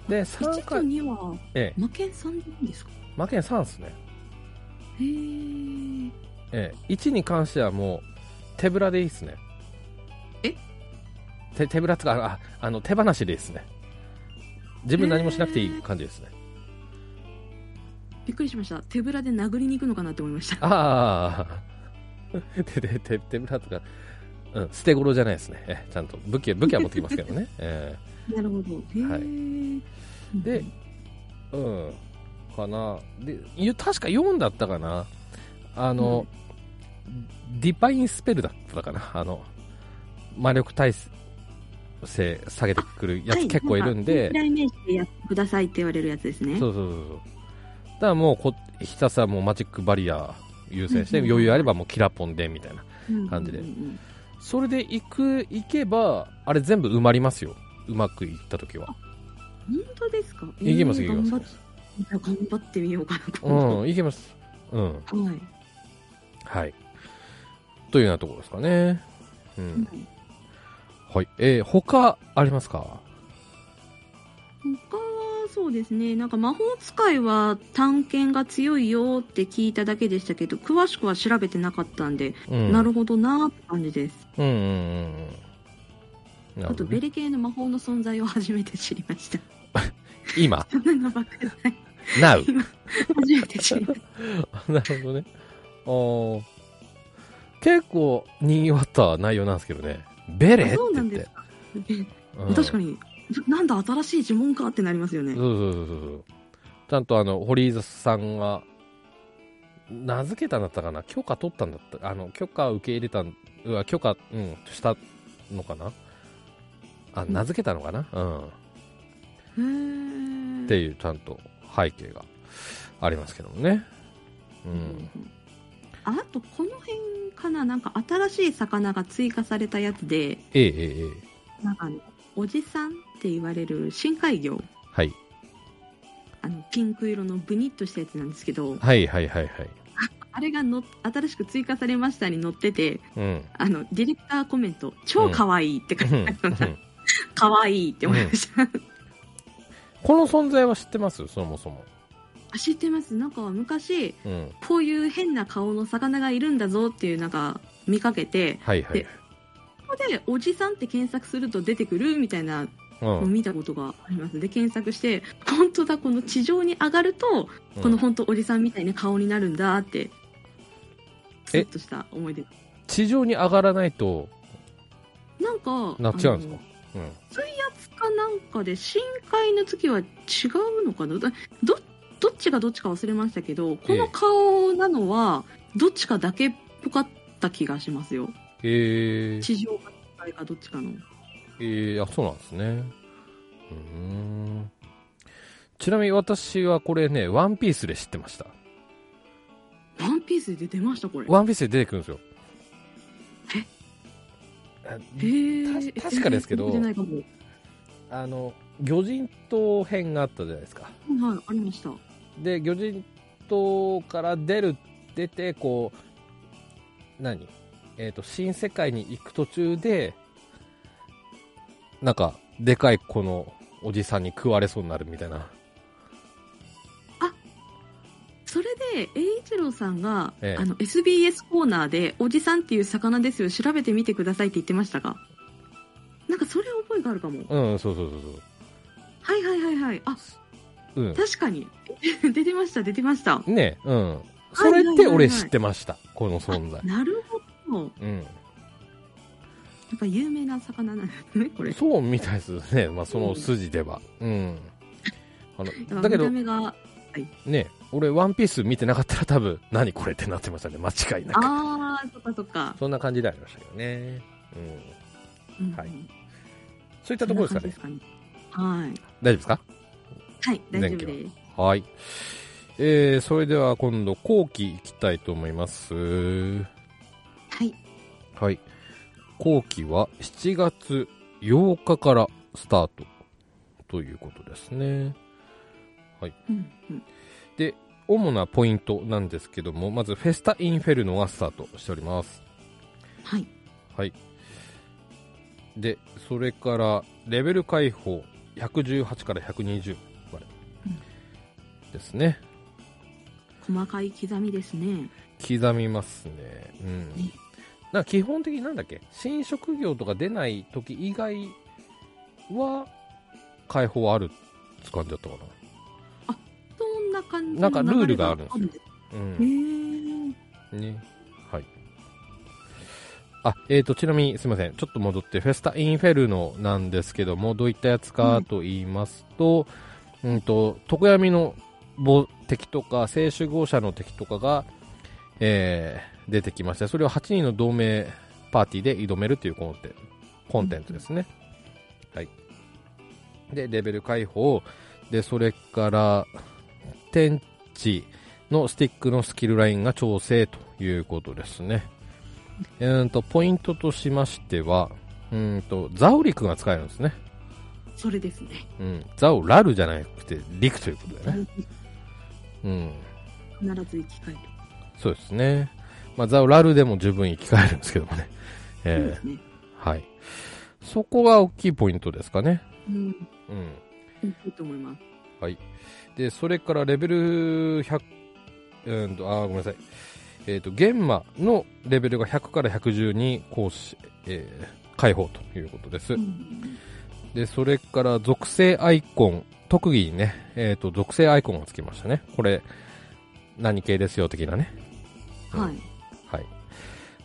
Speaker 2: で、3
Speaker 1: 1と
Speaker 2: か、
Speaker 1: 2は
Speaker 2: ええ
Speaker 1: 負けん3でいいんですか
Speaker 2: 魔剣3ですね。
Speaker 1: へえ
Speaker 2: ええ、1に関してはもう手ぶらでいいですね
Speaker 1: え
Speaker 2: 手手ぶらつかああの手放しでいいですね自分何もしなくていい感じですね、
Speaker 1: びっくりしました手ぶらで殴りに行くのかなって思いました
Speaker 2: ああ 手手手手ぶらとか、うん、捨て頃じゃないですねええちゃんと武器武器は持ってきますけどね、え
Speaker 1: なるほどへえ、
Speaker 2: はい
Speaker 1: うん
Speaker 2: でえうんかなでゆ確か4だったかなあの、ディパインスペルだったかなあの魔力耐性下げてくるや
Speaker 1: は
Speaker 2: つ結構いるんで、
Speaker 1: なんか信頼名詞でやってくださいって言われるやつですね
Speaker 2: そうそうそうそう。だからもうこ、ひたすらもうマジックバリア優先して、
Speaker 1: うん
Speaker 2: 余裕あればもうキラポンで、みたいな。
Speaker 1: うん
Speaker 2: 感じで
Speaker 1: うんうん
Speaker 2: それで行く、行けば、あれ全部埋まりますよ。うまくいった時は。
Speaker 1: うん本当ですか
Speaker 2: いけます、
Speaker 1: え
Speaker 2: い
Speaker 1: ー
Speaker 2: けます。
Speaker 1: 頑張っ頑張ってみようかなと
Speaker 2: う
Speaker 1: 思
Speaker 2: ん、いけます。うん。
Speaker 1: って、はい
Speaker 2: はい。というようなところですかね。う
Speaker 1: うん
Speaker 2: ん。はい。えー、他、ありますか
Speaker 1: 他はそうですねなんか魔法使いは探検が強いよって聞いただけでしたけど詳しくは調べてなかったんで、
Speaker 2: うん。
Speaker 1: なるほどなーって感じです、
Speaker 2: うんうんうんうん。な
Speaker 1: あ
Speaker 2: るほ
Speaker 1: と
Speaker 2: ど
Speaker 1: ベ
Speaker 2: ね、
Speaker 1: レ系の魔法の存在を初めて知りました
Speaker 2: 今
Speaker 1: そんなのばっかりない
Speaker 2: ?Now!
Speaker 1: 初めて知りました
Speaker 2: なるほどね。あー結構にぎわった内容なんですけどね。ベレって
Speaker 1: あそうな
Speaker 2: 言っ
Speaker 1: んで
Speaker 2: て
Speaker 1: す。かで
Speaker 2: うん
Speaker 1: 確かにななんだ新しい呪文かってなりますよね、
Speaker 2: そうそうそうそう。ちゃんとあの、堀井さんが、名付けたんだったかな許可取ったんだった。あの、許可受け入れたん、うわ、許可、うん、したのかなあ、名付けたのかなうん。
Speaker 1: へえ
Speaker 2: っていう、ちゃんと背景がありますけどもね。うん。
Speaker 1: ああとこの辺かななんか新しい魚が追加されたやつで
Speaker 2: ええええええ。
Speaker 1: なんかあのおじさんって言われる深海魚
Speaker 2: はい。
Speaker 1: あのピンク色のブニッとしたやつなんですけど
Speaker 2: はいはいはいはい。
Speaker 1: あれがの新しく追加されましたに載ってて
Speaker 2: うん。
Speaker 1: あのディレクターコメント「超かわいい」って書いてあるの
Speaker 2: う
Speaker 1: が
Speaker 2: ん
Speaker 1: 「かわいい」って思いました、
Speaker 2: この存在は知ってますそもそも。
Speaker 1: あ知ってますなんか昔
Speaker 2: うん。
Speaker 1: こういう変な顔の魚がいるんだぞっていうなんか見かけて
Speaker 2: はいはい
Speaker 1: で。ここで「おじさん」って検索すると出てくるみたいな
Speaker 2: う
Speaker 1: のを
Speaker 2: ん。
Speaker 1: 見たことがありますで検索して本当だこの地上に上がるとこの
Speaker 2: うん
Speaker 1: 本当おじさんみたいな顔になるんだってスッとした思い出
Speaker 2: 地上に上がらないと、
Speaker 1: なんか
Speaker 2: なっちゃうんですかうん。
Speaker 1: つかなんかで深海の月は違うのかなだどどっちがどっちか忘れましたけどこの顔なのはどっちかだけっぽかった気がしますよ
Speaker 2: えー、
Speaker 1: 地上か深海かどっちかの
Speaker 2: えー、あ、そうなんですね。うーん。ちなみに私はこれね、ワンピースで知ってました。
Speaker 1: ワンピピースで出ました、これ。
Speaker 2: ワンピースで出てくるんですよ。
Speaker 1: へー
Speaker 2: た確かですけど
Speaker 1: えー出ないかもはい、
Speaker 2: あの、魚人島編があったじゃないですか。
Speaker 1: はい、ありました。は
Speaker 2: で、魚人島から出る、出て、こう、何えっ、と、新世界に行く途中で、なんか、でかいこのおじさんに食われそうになるみたいな。
Speaker 1: それで栄一郎さんが、
Speaker 2: ええ
Speaker 1: あの SBS コーナーで「おじさんっていう魚ですよ調べてみてください」って言ってましたがなんかそれ覚えがあるかも
Speaker 2: うん、そうそうそう
Speaker 1: はいはいはいはいあ
Speaker 2: そう。うん。
Speaker 1: 確かに 出てました出てました
Speaker 2: ねえ、うん。それって俺知ってました。この存在。
Speaker 1: なるほど
Speaker 2: うん。
Speaker 1: やっぱ有名な魚なんですねこれ
Speaker 2: そうみたいですね。まあ、その筋では。うん。あの、
Speaker 1: だ
Speaker 2: だけ
Speaker 1: け
Speaker 2: ど
Speaker 1: ど、見た目が
Speaker 2: ね、俺、ワンピース見てなかったら多分、何これってなってましたね。間違いなく。
Speaker 1: ああそっかそっか、
Speaker 2: そんな感じでありましたけどね。うん。
Speaker 1: うん
Speaker 2: はい
Speaker 1: うん
Speaker 2: そういっ
Speaker 1: そ
Speaker 2: た
Speaker 1: ん
Speaker 2: と
Speaker 1: な
Speaker 2: ころ
Speaker 1: 感
Speaker 2: です
Speaker 1: じ
Speaker 2: か
Speaker 1: で
Speaker 2: ね
Speaker 1: す。かねはいはい大
Speaker 2: 大丈夫ですか
Speaker 1: 丈夫
Speaker 2: 前
Speaker 1: で
Speaker 2: はい。えー、それでは今度、後期行きたいと思います。
Speaker 1: すはい
Speaker 2: はい。後期は7月8日からスタートということですね。
Speaker 1: うんうん
Speaker 2: で、主なポイントなんですけども、まず、フェスタ・インフェルノがスタートしております。
Speaker 1: はい
Speaker 2: はい。で、それから、レベル解放、118から120まで
Speaker 1: うん
Speaker 2: ですね。
Speaker 1: 細かい刻みですね
Speaker 2: 刻みますね。うん。なんか基本的になんだっけ、新職業とか出ない時以外は、解放あるって感じだったか
Speaker 1: そんな感じの
Speaker 2: なんかルールがあるんですよ
Speaker 1: 流れが
Speaker 2: な。う
Speaker 1: ある
Speaker 2: ん。
Speaker 1: んですへ
Speaker 2: ね。はい。あ、えーと、ちなみに、すいません。ちょっと戻って、フェスタ・インフェルノなんですけども、どういったやつかと言いますと、うん、と、常闇の棒敵とか、聖守護者の敵とかが、えー出てきました。それを8人の同盟パーティーで挑めるというコンテンコンテンツですね。はい。で、レベル解放。で、それから、天地のスティックのスキルラインが調整ということですね。うーんと、ポイントとしましては、うーんと、ザオリクが使えるんですね。
Speaker 1: ーそれですね
Speaker 2: うん。ザオラルじゃなくて、リクということだよね。うん。
Speaker 1: 必ず生き返る。
Speaker 2: そうですね。まあ、ザオラルでも十分生き返るんですけどもね。
Speaker 1: そ
Speaker 2: え
Speaker 1: う
Speaker 2: ー
Speaker 1: ですね。
Speaker 2: はい。そこが大きいポイントですかね。
Speaker 1: うん、
Speaker 2: うん。
Speaker 1: いいと思います。
Speaker 2: はい。で、それからレベル100、うんと、あー、ごめんなさい。えっ、と、ゲンマのレベルが100から110に行使、えー解放ということです。
Speaker 1: うん
Speaker 2: で、それから属性アイコン、特技にね、えっ、と、属性アイコンがつきましたね。これ、何系ですよ、的なね。
Speaker 1: はい。
Speaker 2: はい。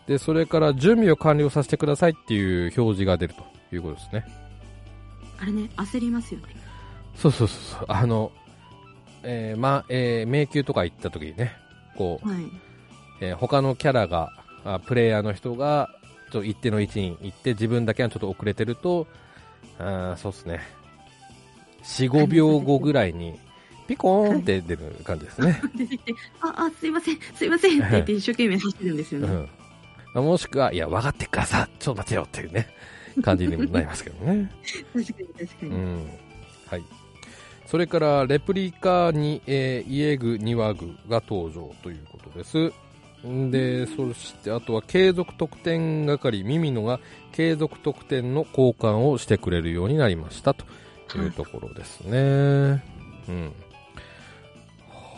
Speaker 2: で、それから準備を完了させてくださいっていう表示が出るということですね。
Speaker 1: あれね、焦りますよね。
Speaker 2: そうそうそうそう。あの、えーま、えー迷宮とか行った時にね、こう、
Speaker 1: はい。
Speaker 2: えー他のキャラが、あプレイヤーの人が、ちょっと一定の位置に行って、自分だけはちょっと遅れてると、あーそうですね。4、5秒後ぐらいに、ピコーンって出る感じですね。
Speaker 1: 出てきて、あ、あ、すいません、すいませんって言って一生懸命走るんですよ
Speaker 2: う
Speaker 1: ね。
Speaker 2: ん。まあもしくは、いや、分かってっからさ、ちょっと待てよっていうね、感じにもなりますけどね。
Speaker 1: 確かに確か
Speaker 2: う
Speaker 1: に。
Speaker 2: んはい、それからレプリカに、えーイエグ、ニワグが登場ということです。んで、そしてあとは継続得点係、ミミノが継続得点の交換をしてくれるようになりましたというところですね。うん。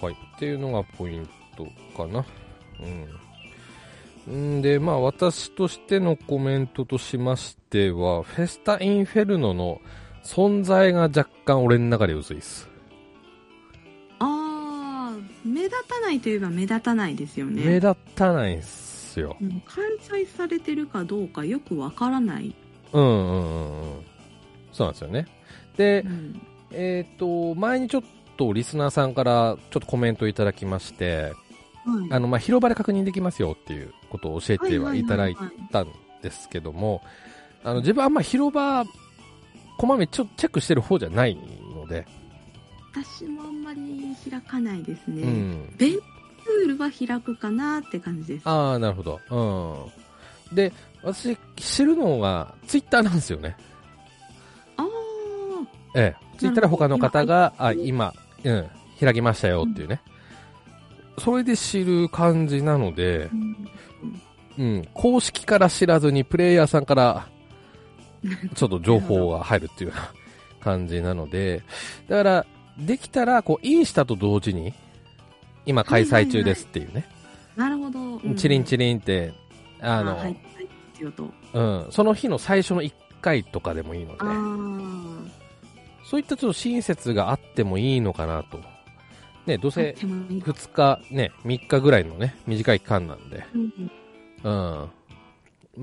Speaker 2: はい。っていうのがポイントかな。うん。んで、まあ私としてのコメントとしましては、フェスタ・インフェルノの存在が若干俺の中で薄いです。
Speaker 1: あー、目立たないといえば目立たないですよね。
Speaker 2: 目立たないんすよ。
Speaker 1: うん開催されてるかどうかよくわからない。
Speaker 2: うんうんうんうん。そうなんですよね。で
Speaker 1: う、ん
Speaker 2: えっ、と、前にちょっとリスナーさんからちょっとコメントいただきまして、
Speaker 1: はい。
Speaker 2: あの、まあ、広場で確認できますよっていうことを教えて
Speaker 1: は
Speaker 2: はい
Speaker 1: はいい
Speaker 2: た
Speaker 1: は
Speaker 2: だ
Speaker 1: い
Speaker 2: い
Speaker 1: はい
Speaker 2: たんですけども、あの、自分あんま広場、こまめにちょチェックしてる方じゃないので、
Speaker 1: 私もあんまり開かないですね。
Speaker 2: うん。
Speaker 1: 勉強ールは開くかなって感じです。
Speaker 2: ああ、なるほど。うん。で、私、知るのが、ツイッターなんですよね。
Speaker 1: あ
Speaker 2: ええ。ツイッターで他の方が、あ、今、うん、開きましたよっていうね。それで知る感じなので
Speaker 1: ーう、ん
Speaker 2: うん、公式から知らずに、プレイヤーさ んから、ちょっと情報が入るっていうような感じなので、だから、できたら、こう、インしたと同時に、今開催中ですっていうね。
Speaker 1: なるほど。うん
Speaker 2: チリンチリンって、あの、
Speaker 1: はい、はい、っていうと。
Speaker 2: うん、その日の最初の1回とかでもいいので
Speaker 1: あ、あ。
Speaker 2: そういったちょっと親切があってもいいのかなと。ね、どうせ
Speaker 1: でもいい
Speaker 2: 2日、ね、3日ぐらいのね、短い期間なんで、
Speaker 1: うん
Speaker 2: うん。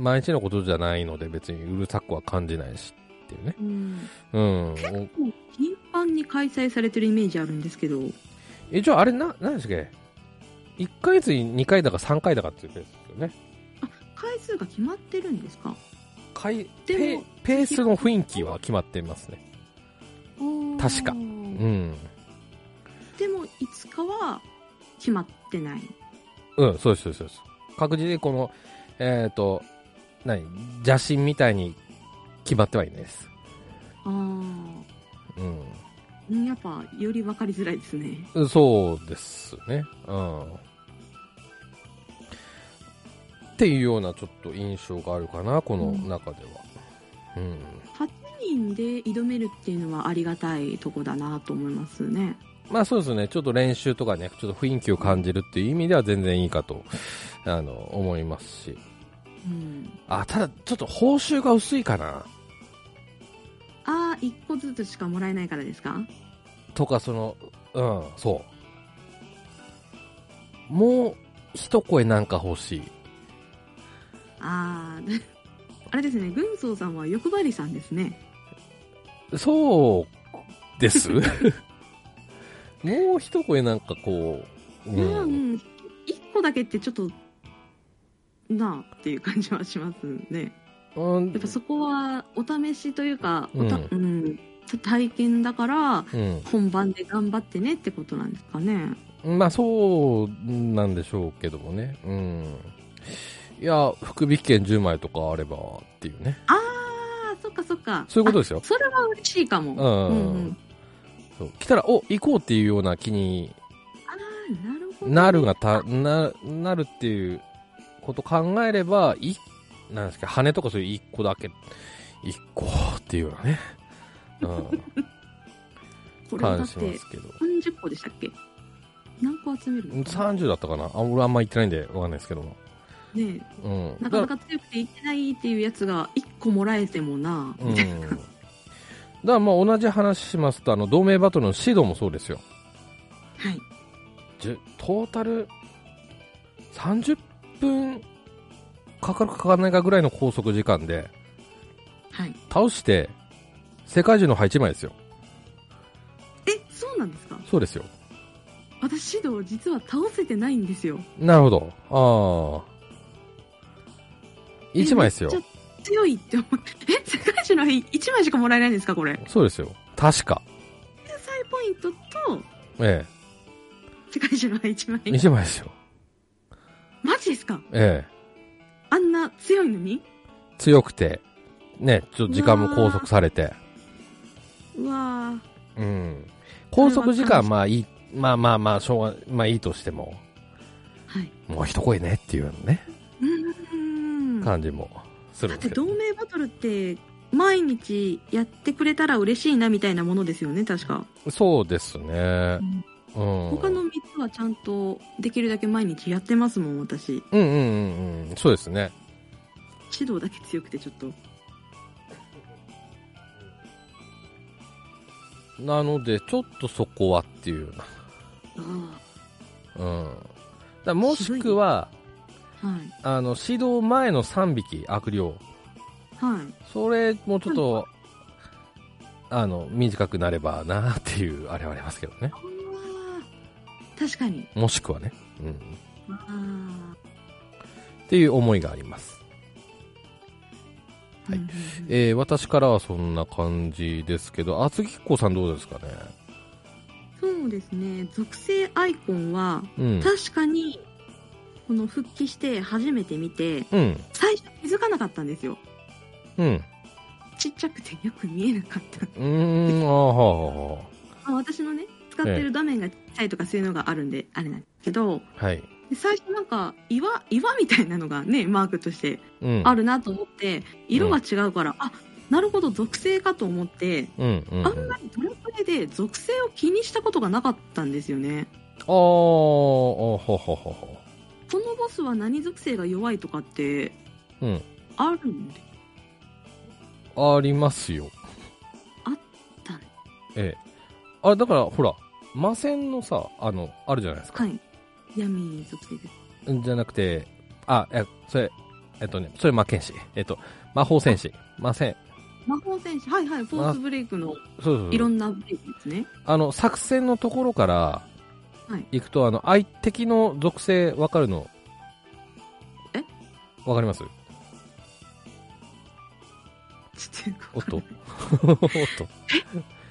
Speaker 2: 毎日のことじゃないので別にうるさくは感じないしっていうね。
Speaker 1: うん
Speaker 2: うん。
Speaker 1: もう頻繁に開催されてるイメージあるんですけど、
Speaker 2: え、じゃああれな、何でしたっけ ?1 ヶ月に2回だか3回だかって言ってるんですよね。
Speaker 1: 回数が決まってるんですか
Speaker 2: 回
Speaker 1: でも
Speaker 2: ペペースの雰囲気は決まってますね。確か
Speaker 1: う
Speaker 2: うんん。
Speaker 1: でも、いつかは決まってない。
Speaker 2: うん、そうです、そうですそうです。各自でこの、えっ、と、何邪神みたいに決まってはいないです。
Speaker 1: ああ。
Speaker 2: うん
Speaker 1: やっぱ、より分かりづらいですね。
Speaker 2: うん。そうですね。うん。っていうようなちょっと印象があるかな、この中では。うん。
Speaker 1: 8人で挑めるっていうのはありがたいとこだなと思いますね。
Speaker 2: まあそうですね。ちょっと練習とかね、ちょっと雰囲気を感じるっていう意味では全然いいかと、あの、思いますし。
Speaker 1: うん。
Speaker 2: あ、ただ、ちょっと報酬が薄いかな。
Speaker 1: ああ、1個ずつしかもらえないからですか
Speaker 2: とかそのうんそうもう一声なんか欲しい
Speaker 1: ああ、で あれですね、軍曹さんは欲張りさんですね。
Speaker 2: そうです もう一声なんかこう、
Speaker 1: う、
Speaker 2: うんん、
Speaker 1: 一個だけってちょっと、なあっていう感じはしますね。
Speaker 2: うん
Speaker 1: やっぱそこはお試しというか、おた
Speaker 2: うん
Speaker 1: うん、体験だから、
Speaker 2: う
Speaker 1: 本番で頑張ってねってことなんですかね。
Speaker 2: ん、まあそうなんでしょうけどもねうんいや福引券10枚とかあればっていうね
Speaker 1: ああ、そっかそっか。
Speaker 2: そういうこと
Speaker 1: あ
Speaker 2: ですよ
Speaker 1: それは嬉しいかも。
Speaker 2: うん
Speaker 1: うん
Speaker 2: そう来たらお行こうっていうような気に
Speaker 1: ああ、なるほど。
Speaker 2: なるがた、な、なるっていうこと考えれば、い、なんですか、羽とかそういう一個だけ、一個っていうようなね、 う
Speaker 1: これだ
Speaker 2: ん、感
Speaker 1: っ
Speaker 2: じしま
Speaker 1: て
Speaker 2: すけど。
Speaker 1: 30個でしたっけ何個集めるの
Speaker 2: 30だったかなあ俺あんま言ってないんでわかんないですけども。
Speaker 1: ね
Speaker 2: うん。
Speaker 1: なかな
Speaker 2: だ
Speaker 1: か強くていけないっていうやつが1個もらえてもな、
Speaker 2: うん。だからまあ同じ話しますと、あの、同盟バトルのシドもそうですよ。
Speaker 1: はい。
Speaker 2: じゅトータル30分かかるかかからないかぐらいの拘束時間で、
Speaker 1: はい。
Speaker 2: 倒して、世界中の配置枚ですよ。
Speaker 1: え、そうなんですか
Speaker 2: そうですよ。
Speaker 1: 私指導実は倒せてないんですよ
Speaker 2: なるほど。ああ。
Speaker 1: え
Speaker 2: 1枚ですよ
Speaker 1: め。っちゃ強いって思うえ世界一の1枚しかもらえないんですかこれ
Speaker 2: そうですよ。確か。
Speaker 1: 救済ポイントと
Speaker 2: え
Speaker 1: 世界一の1
Speaker 2: え。
Speaker 1: 枚
Speaker 2: 1枚ですよ。
Speaker 1: マジですか
Speaker 2: ええ。
Speaker 1: あんな強いのに
Speaker 2: 強くて、ね、ちょっと時間も拘束されて。
Speaker 1: うわ
Speaker 2: うん。拘束時
Speaker 1: それは悲し
Speaker 2: 間、
Speaker 1: い
Speaker 2: まあいい、まあまあまあ、しょうが、まあいいとしても、
Speaker 1: ーはい
Speaker 2: もう一声ねっていうようなね、
Speaker 1: うーんだ
Speaker 2: 感じもする
Speaker 1: っ
Speaker 2: んです
Speaker 1: て
Speaker 2: けど
Speaker 1: 同。盟バトルって毎日やってくれたら嬉しいなみたいなものですよね確か、
Speaker 2: そうですね。うん。
Speaker 1: 他の3つはちゃんとできるだけ毎日やってますもん私
Speaker 2: うんうんうんうん。そうですね。
Speaker 1: 指導だけ強くてちょっと
Speaker 2: なので、ちょっとそこはっていうような。
Speaker 1: あ
Speaker 2: うん。だからもしくは、
Speaker 1: あはい
Speaker 2: あの、指導前の3匹、悪霊。
Speaker 1: はい
Speaker 2: それもちょっと、あの、短くなればなっていう、あれはありますけどね。
Speaker 1: あー確かに
Speaker 2: もしくはね。うん。
Speaker 1: あ
Speaker 2: っていう思いがあります。
Speaker 1: ー
Speaker 2: はい
Speaker 1: うんうんうん
Speaker 2: えー、私からはそんな感じですけど、厚木っ子さんどうですかね
Speaker 1: そうですね属性アイコンは
Speaker 2: うん。
Speaker 1: 確かにこの復帰して初めて見て
Speaker 2: うん。
Speaker 1: 最初気づかなかったんですよ
Speaker 2: うん。
Speaker 1: ちっちゃくてよく見えなかった
Speaker 2: うーん、あーはあは
Speaker 1: あ私のね使ってる画面が小さいとかそういうのがあるんであれなんですけど
Speaker 2: あはい。
Speaker 1: で最初なんか岩岩みたいなのがねマークとして
Speaker 2: うん。
Speaker 1: あるなと思って色が違うから、あなるほど属性かと思って
Speaker 2: うん、うん。うん
Speaker 1: あんまりドラクエで属性を気にしたことがなかったんですよね
Speaker 2: あーあー、はあはあはあ。
Speaker 1: このボスは何属性が弱いとかって
Speaker 2: うん
Speaker 1: あるんだ
Speaker 2: ありますよ。
Speaker 1: ね
Speaker 2: ええ。あ、だから、ほら、魔戦のさ、あの、あるじゃないですか。
Speaker 1: はい闇属性です
Speaker 2: じゃなくて、あ、え、それ、えっとね、それ魔剣士。えっと、魔法戦士。魔戦。
Speaker 1: 魔法戦士はいはいフォースブレイクの
Speaker 2: そうそう
Speaker 1: い
Speaker 2: そ
Speaker 1: ろ
Speaker 2: う。
Speaker 1: んなブレイクですね
Speaker 2: あの、作戦のところから
Speaker 1: は、い
Speaker 2: 行くと、あの、相敵の属性わかるの。
Speaker 1: え
Speaker 2: わかります
Speaker 1: ちょっと
Speaker 2: お
Speaker 1: よ
Speaker 2: っ
Speaker 1: く
Speaker 2: と。お
Speaker 1: わ
Speaker 2: っ
Speaker 1: かんない
Speaker 2: と。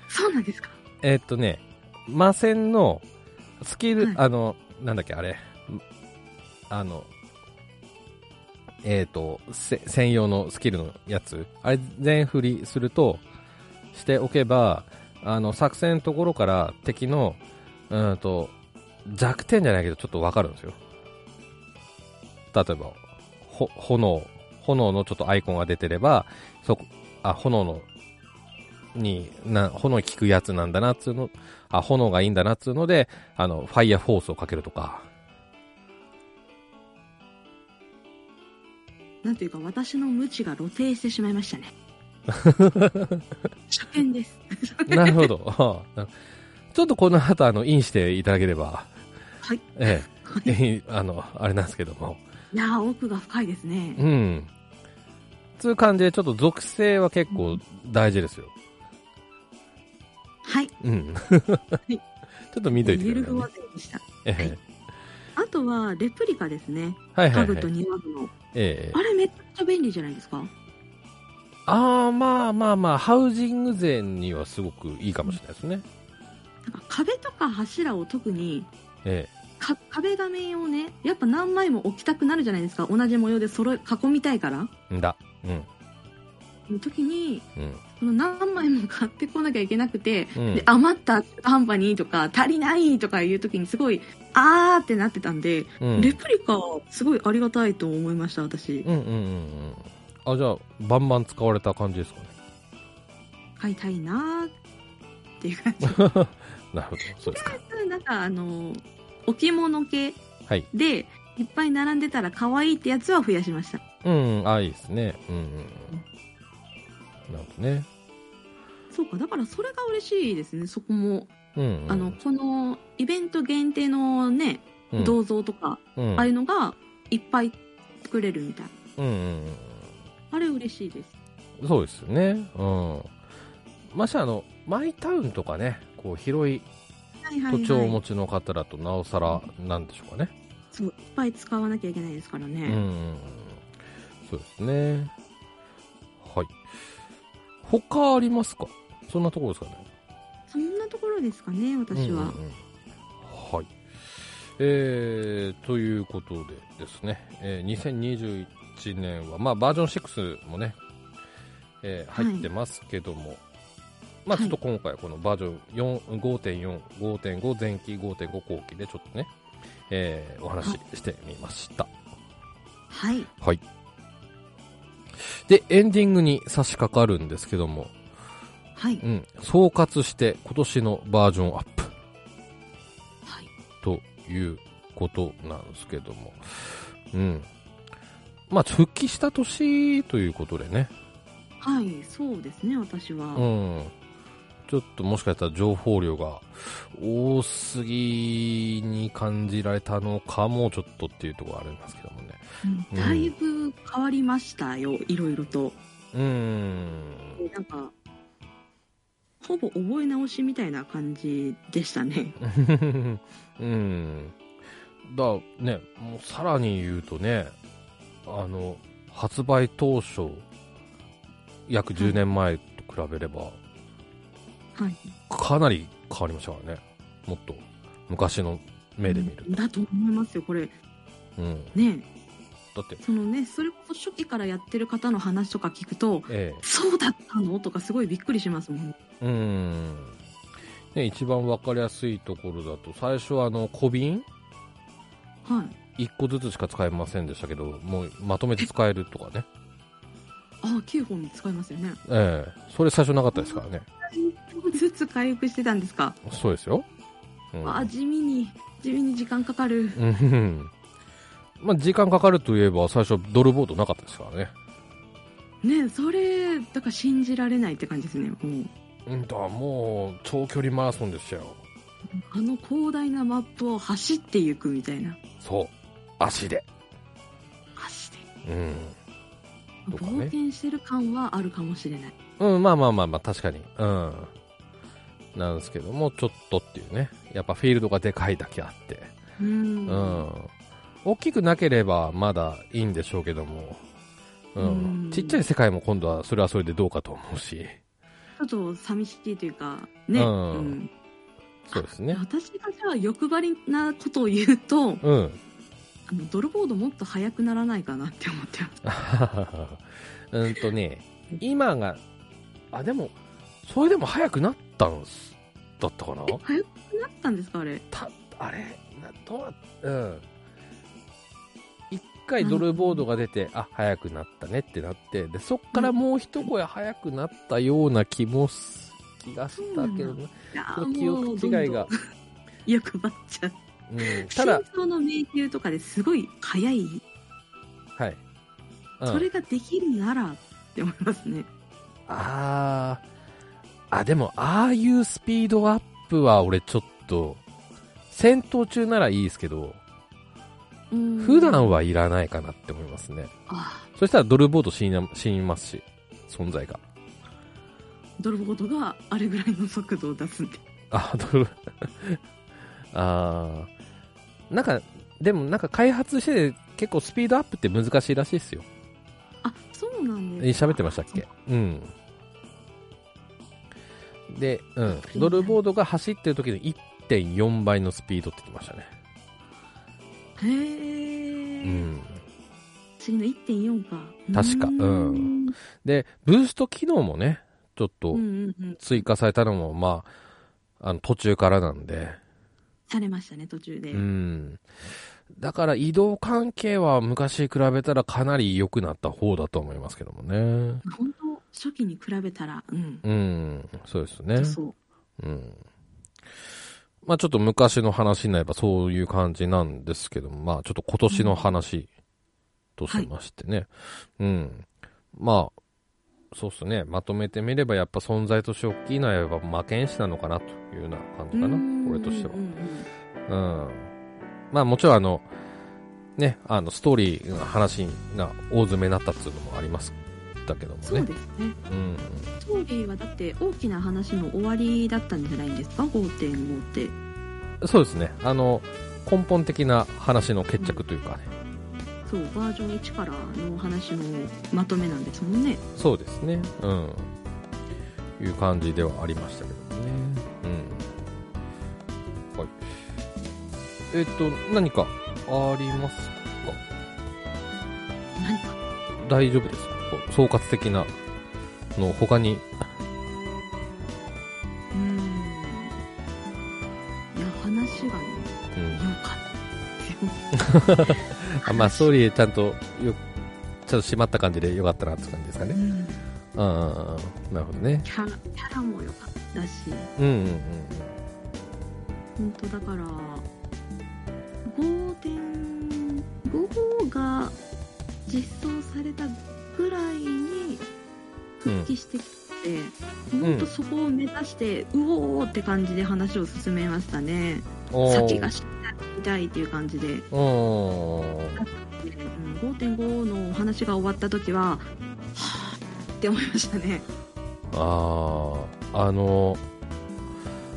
Speaker 1: そうなんですか
Speaker 2: えっとね、魔戦のスキル、
Speaker 1: はい
Speaker 2: あの、なんだっけ、あれ、んあの、えっ、と、せ専用のスキルのやつ、あれ全振りすると、しておけば、あの、作戦のところから敵の、うーんと、弱点じゃないけど、ちょっとわかるんですよ。例えば、ほ、炎、炎のちょっとアイコンが出てれば、そこ、あ、炎の、に、な、炎効くやつなんだな、つうの、あ、炎がいいんだな、っつうので、あの、ファイヤーフォースをかけると か。
Speaker 1: なんていうか私の無知が露呈してしまいました ね初見です
Speaker 2: なるほど。 はあなちょっとこの後、あの、インしていただければ、
Speaker 1: はい
Speaker 2: え
Speaker 1: はい
Speaker 2: え、ええあの、あれなんですけども。
Speaker 1: いやー奥が深いですね
Speaker 2: うん。つう感じで、ちょっと属性は結構大事ですよ。
Speaker 1: はい
Speaker 2: うん。
Speaker 1: い
Speaker 2: ちょっと見といて
Speaker 1: ゆ
Speaker 2: く
Speaker 1: るふ
Speaker 2: ださいね
Speaker 1: わ。ぜでした
Speaker 2: ええ
Speaker 1: あとはレプリカですね
Speaker 2: はいは
Speaker 1: 家
Speaker 2: いは
Speaker 1: 具
Speaker 2: い
Speaker 1: と。庭具の
Speaker 2: ええ
Speaker 1: あれめっちゃ便利じゃないですか
Speaker 2: ああ、まあまあまあ、ハウジング税にはすごくいいかもしれないですね。
Speaker 1: なんか壁とか柱を特に
Speaker 2: え
Speaker 1: か壁紙をねやっぱ何枚も置きたくなるじゃないですか同じ模様で揃え囲みたいから
Speaker 2: えんだ。うん。
Speaker 1: の時に
Speaker 2: うん。
Speaker 1: その何枚も買ってこなきゃいけなくて、
Speaker 2: うん
Speaker 1: で余った中途半端にとか足りないとかいう時にすごいあーってなってたんで、
Speaker 2: うん。
Speaker 1: レプリカすごいありがたいと思いました私
Speaker 2: うんうんうんうん。あ、じゃあ、バンバン使われた感じですかね。
Speaker 1: 買いたいなーっていう感じ
Speaker 2: なるほど。そうですか。
Speaker 1: なんかあの置物系
Speaker 2: はい
Speaker 1: でいっぱい並んでたら可愛いってやつは増やしました
Speaker 2: うん、あ、いいですね。うんうんうん。なるほどね。
Speaker 1: そうかだからそれが嬉しいですねそこも、
Speaker 2: うん、うん。
Speaker 1: あのこのイベント限定のね
Speaker 2: うん、
Speaker 1: 銅像とか、
Speaker 2: うん、
Speaker 1: ああいうのがいっぱい作れるみたい
Speaker 2: うんうん
Speaker 1: あれ嬉しいです
Speaker 2: うん。そうですよね。うん。ましてあの、マイタウンとかね、こう、広い
Speaker 1: はいはい、は
Speaker 2: 土
Speaker 1: い、
Speaker 2: 地をお持ちの方だと、なおさら、なんでしょうかね。
Speaker 1: そういっぱい使わなきゃいけないですから
Speaker 2: うんうん
Speaker 1: ね、
Speaker 2: うんそうですね。はい。他ありますかそんなところですかね。
Speaker 1: そんなところですかね私は、
Speaker 2: うんうんうんはい。えー、ということでですね、えー2021年は、まあ、バージョン6もね、えー
Speaker 1: はい
Speaker 2: 入ってますけども、まあ、ちょっと今回はこのバージョン4 5.4、5.5前期、5.5後期でちょっとね、えーお話ししてみました。
Speaker 1: はい
Speaker 2: はい。で、エンディングに差し掛かるんですけども、
Speaker 1: はい、
Speaker 2: うん、総括して今年のバージョンアップ
Speaker 1: はい
Speaker 2: ということなんですけども、うん。まあ、復帰した年ということでね、
Speaker 1: はい、そうですね私は、
Speaker 2: うん。ちょっともしかしたら情報量が多すぎに感じられたのかもちょっとっていうところがあるんですけどもね。
Speaker 1: うんだいぶ変わりましたよいろいろと
Speaker 2: うん。
Speaker 1: でなんかほぼ覚え直しみたいな感じでしたね
Speaker 2: うん。だ、ね、もうさらに言うとね、あの、発売当初、約10年前と比べれば、
Speaker 1: はい
Speaker 2: かなり変わりましたからね。もっと昔の目で見る
Speaker 1: だと思いますよ、これ。
Speaker 2: と、うん、
Speaker 1: ね
Speaker 2: だって
Speaker 1: え、そのね、それこそ初期からやってる方の話とか聞くと、
Speaker 2: え
Speaker 1: そうだったのとかすごいびっくりしますもん。
Speaker 2: えうん、ね、一番わかりやすいところだと最初はあの小瓶
Speaker 1: はい。
Speaker 2: 1個ずつしか使えませんでしたけどもうまとめて使えるとかね、
Speaker 1: ああ、9本使いますよね。
Speaker 2: ええそれ最初なかったですからね
Speaker 1: 1本ずつ回復してたんですか。
Speaker 2: そうですよ、うん、
Speaker 1: ああ、地味に、地味に時間かかる。
Speaker 2: うんまあ時間かかるといえば最初ドルボードなかったですからね
Speaker 1: ねえそれ、だから信じられないって感じですね。もう、
Speaker 2: うんだからもう長距離マラソンでしたよ
Speaker 1: あの広大なマップを走っていくみたいな。
Speaker 2: そう足で
Speaker 1: 走って。
Speaker 2: うんとかね
Speaker 1: 冒険してる感はあるかもしれない。
Speaker 2: うん、まあまあまあまあ、確かに。うん。なんですけども、ちょっとっていうね。やっぱフィールドがでかいだけあって。
Speaker 1: う。
Speaker 2: うんん。大きくなければまだいいんでしょうけども、うん。
Speaker 1: うん
Speaker 2: ちっちゃい世界も今度はそれはそれでどうかと思うし。
Speaker 1: ちょっと寂しいというか、ね。
Speaker 2: うん
Speaker 1: うん
Speaker 2: そうですね。
Speaker 1: 私がじゃあ欲張りなことを言うと、
Speaker 2: うん。
Speaker 1: あのドルボードもっと速くならないかなって思ってます。
Speaker 2: うんとね、今が、あ、でも、それでも早くなったんす、だったかな
Speaker 1: え速くなったんですかあれ。
Speaker 2: たあれなどうなうん一回ドルボードが出て、あ早くなったねってなってでそっからもう一声早くなったような気もす気がしたけど、ね、
Speaker 1: いや
Speaker 2: ちょ
Speaker 1: ー
Speaker 2: っと記
Speaker 1: もう
Speaker 2: 憶
Speaker 1: どんどん
Speaker 2: 違いが。
Speaker 1: 欲張っちゃう。
Speaker 2: うん、た
Speaker 1: た
Speaker 2: だ
Speaker 1: だ、、心臓の迷宮とかですごい速い、
Speaker 2: はい。うん
Speaker 1: それができるならって思いますね。
Speaker 2: あーあ、でも、ああいうスピードアップは俺ちょっと、戦闘中ならいいですけど、
Speaker 1: うん
Speaker 2: 普段はいらないかなって思いますね。
Speaker 1: あ
Speaker 2: そしたらドルボード死にな死にますし、存在が。
Speaker 1: ドルボードがあれぐらいの速度を出すんで。
Speaker 2: あ、ドル、 あーなんか、でもなんか開発してて結構スピードアップって難しいらしいですよ。
Speaker 1: あ、そうなん
Speaker 2: え
Speaker 1: ですか。
Speaker 2: 喋ってましたっけうん。で、うん。ドルボードが走ってる時の1.4倍のスピードって言ってましたね。
Speaker 1: へ
Speaker 2: う
Speaker 1: え。
Speaker 2: ん。
Speaker 1: 次の1.4か。
Speaker 2: 確かうん
Speaker 1: うん
Speaker 2: で、ブースト機能もね、ちょっ
Speaker 1: う
Speaker 2: と
Speaker 1: んうん。
Speaker 2: 追加されたのも、まあ、あの、途中からなんで、
Speaker 1: されましたね、途中で。
Speaker 2: うん。だから移動関係は昔比べたらかなり良くなった方だと思いますけどもね。
Speaker 1: 本当初期に比べたら、うん。
Speaker 2: うん、そうですね。
Speaker 1: そう。
Speaker 2: うん。まあちょっと昔の話になればそういう感じなんですけども、まあちょっと今年の話としましてね。うん。まあ、そうっすね。まとめてみればやっぱ存在として大きいのはやっぱ魔剣士なのかなというような感じかな。俺としては
Speaker 1: うん。うんうん
Speaker 2: うん。まあもちろんあの、ね、あの、ストーリーの話が大詰めになったっていうのもあります。だけどもね。
Speaker 1: そうですね。
Speaker 2: うん。
Speaker 1: ストーリーはだって大きな話の終わりだったんじゃないんですか ?5.5 って。
Speaker 2: そうですね。あの、根本的な話の決着というかね。
Speaker 1: そう、バージョン1からの話のまとめなんですもんね。
Speaker 2: そうですね。うん。いう感じではありましたけどね。うん。はい。えっと、何かありますか
Speaker 1: 何か。
Speaker 2: 大丈夫ですかこう総括的なの他に。
Speaker 1: うーん。いや、話がね、
Speaker 2: うん
Speaker 1: 良かった。
Speaker 2: あまあ、ストーリーちゃんとよ、ちょっと締まった感じでよかったなって感じですか
Speaker 1: う
Speaker 2: ね。
Speaker 1: ん
Speaker 2: うんうんうん。なるほどね。
Speaker 1: キャラ、キャラも良かったし、
Speaker 2: うんうん
Speaker 1: 本当だから、5.5が実装されたぐらいに復帰してきて、
Speaker 2: ん
Speaker 1: 本当そこを目指して、うおーって感じで話を進めましたね。
Speaker 2: うんうん。
Speaker 1: 先が知りたいっていう感じで、
Speaker 2: おー
Speaker 1: うん、5.5のお話が終わった時ははあって思いましたね
Speaker 2: あーあの、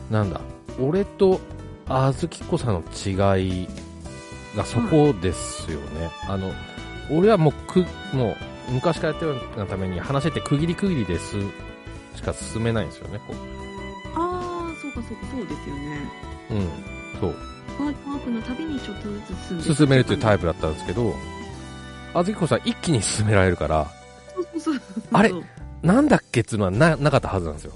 Speaker 2: なんだ、俺とあずきこさんの違いがそこですよね。あの、俺はもうく、もう昔からやってるようなために話って区切り区切りですしか進めないんですよね。こう
Speaker 1: ああそうかそうかそうですよね
Speaker 2: うん、そう。
Speaker 1: バージョンアップのたびにちょっとずつ進んでいく
Speaker 2: 進めるというタイプだったんですけど、あずきこさん一気に進められるから、
Speaker 1: そうそうそうそう
Speaker 2: あれなんだっけっつうのはな、なかったはずなんですよ。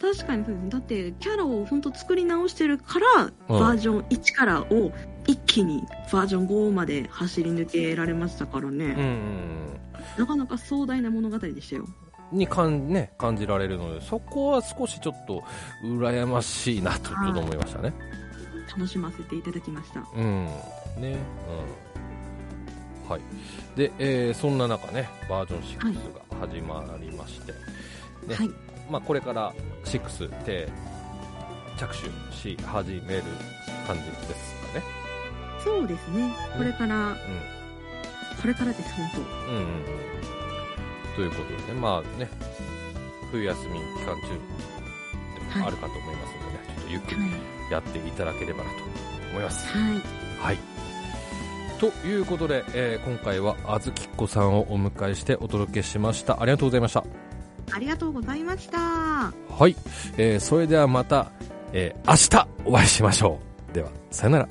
Speaker 1: 確かにそうですねだってキャラを本当作り直してるから、バージョン1からを一気にバージョン5まで走り抜けられましたから
Speaker 2: うん
Speaker 1: ね、なかなか壮大な物語でしたよ
Speaker 2: うん。に感、ね、感じられるので、そこは少しちょっと、羨ましいなと、ちょっと思いましたね。
Speaker 1: 楽しませていただきました
Speaker 2: うん。ね。うん。はい。で、えーそんな中ね、バージョン6が始まりまして、ね
Speaker 1: はい
Speaker 2: まあ、これから6で着手し始める感じですかね。
Speaker 1: そうですねこれから、
Speaker 2: うん。
Speaker 1: これからです本
Speaker 2: うんうんうんということでね、まあね、冬休み期間中でもあるかと思いますのでね、ちょっとゆっく
Speaker 1: 当
Speaker 2: り
Speaker 1: はい
Speaker 2: やっていただければなと思います。
Speaker 1: はい
Speaker 2: はい。ということで、えー今回はあずきっこさんをお迎えしてお届けしました。ありがとうございました。
Speaker 1: ありがとうございました
Speaker 2: はい。えーそれではまた、えー明日お会いしましょう。では、さよなら。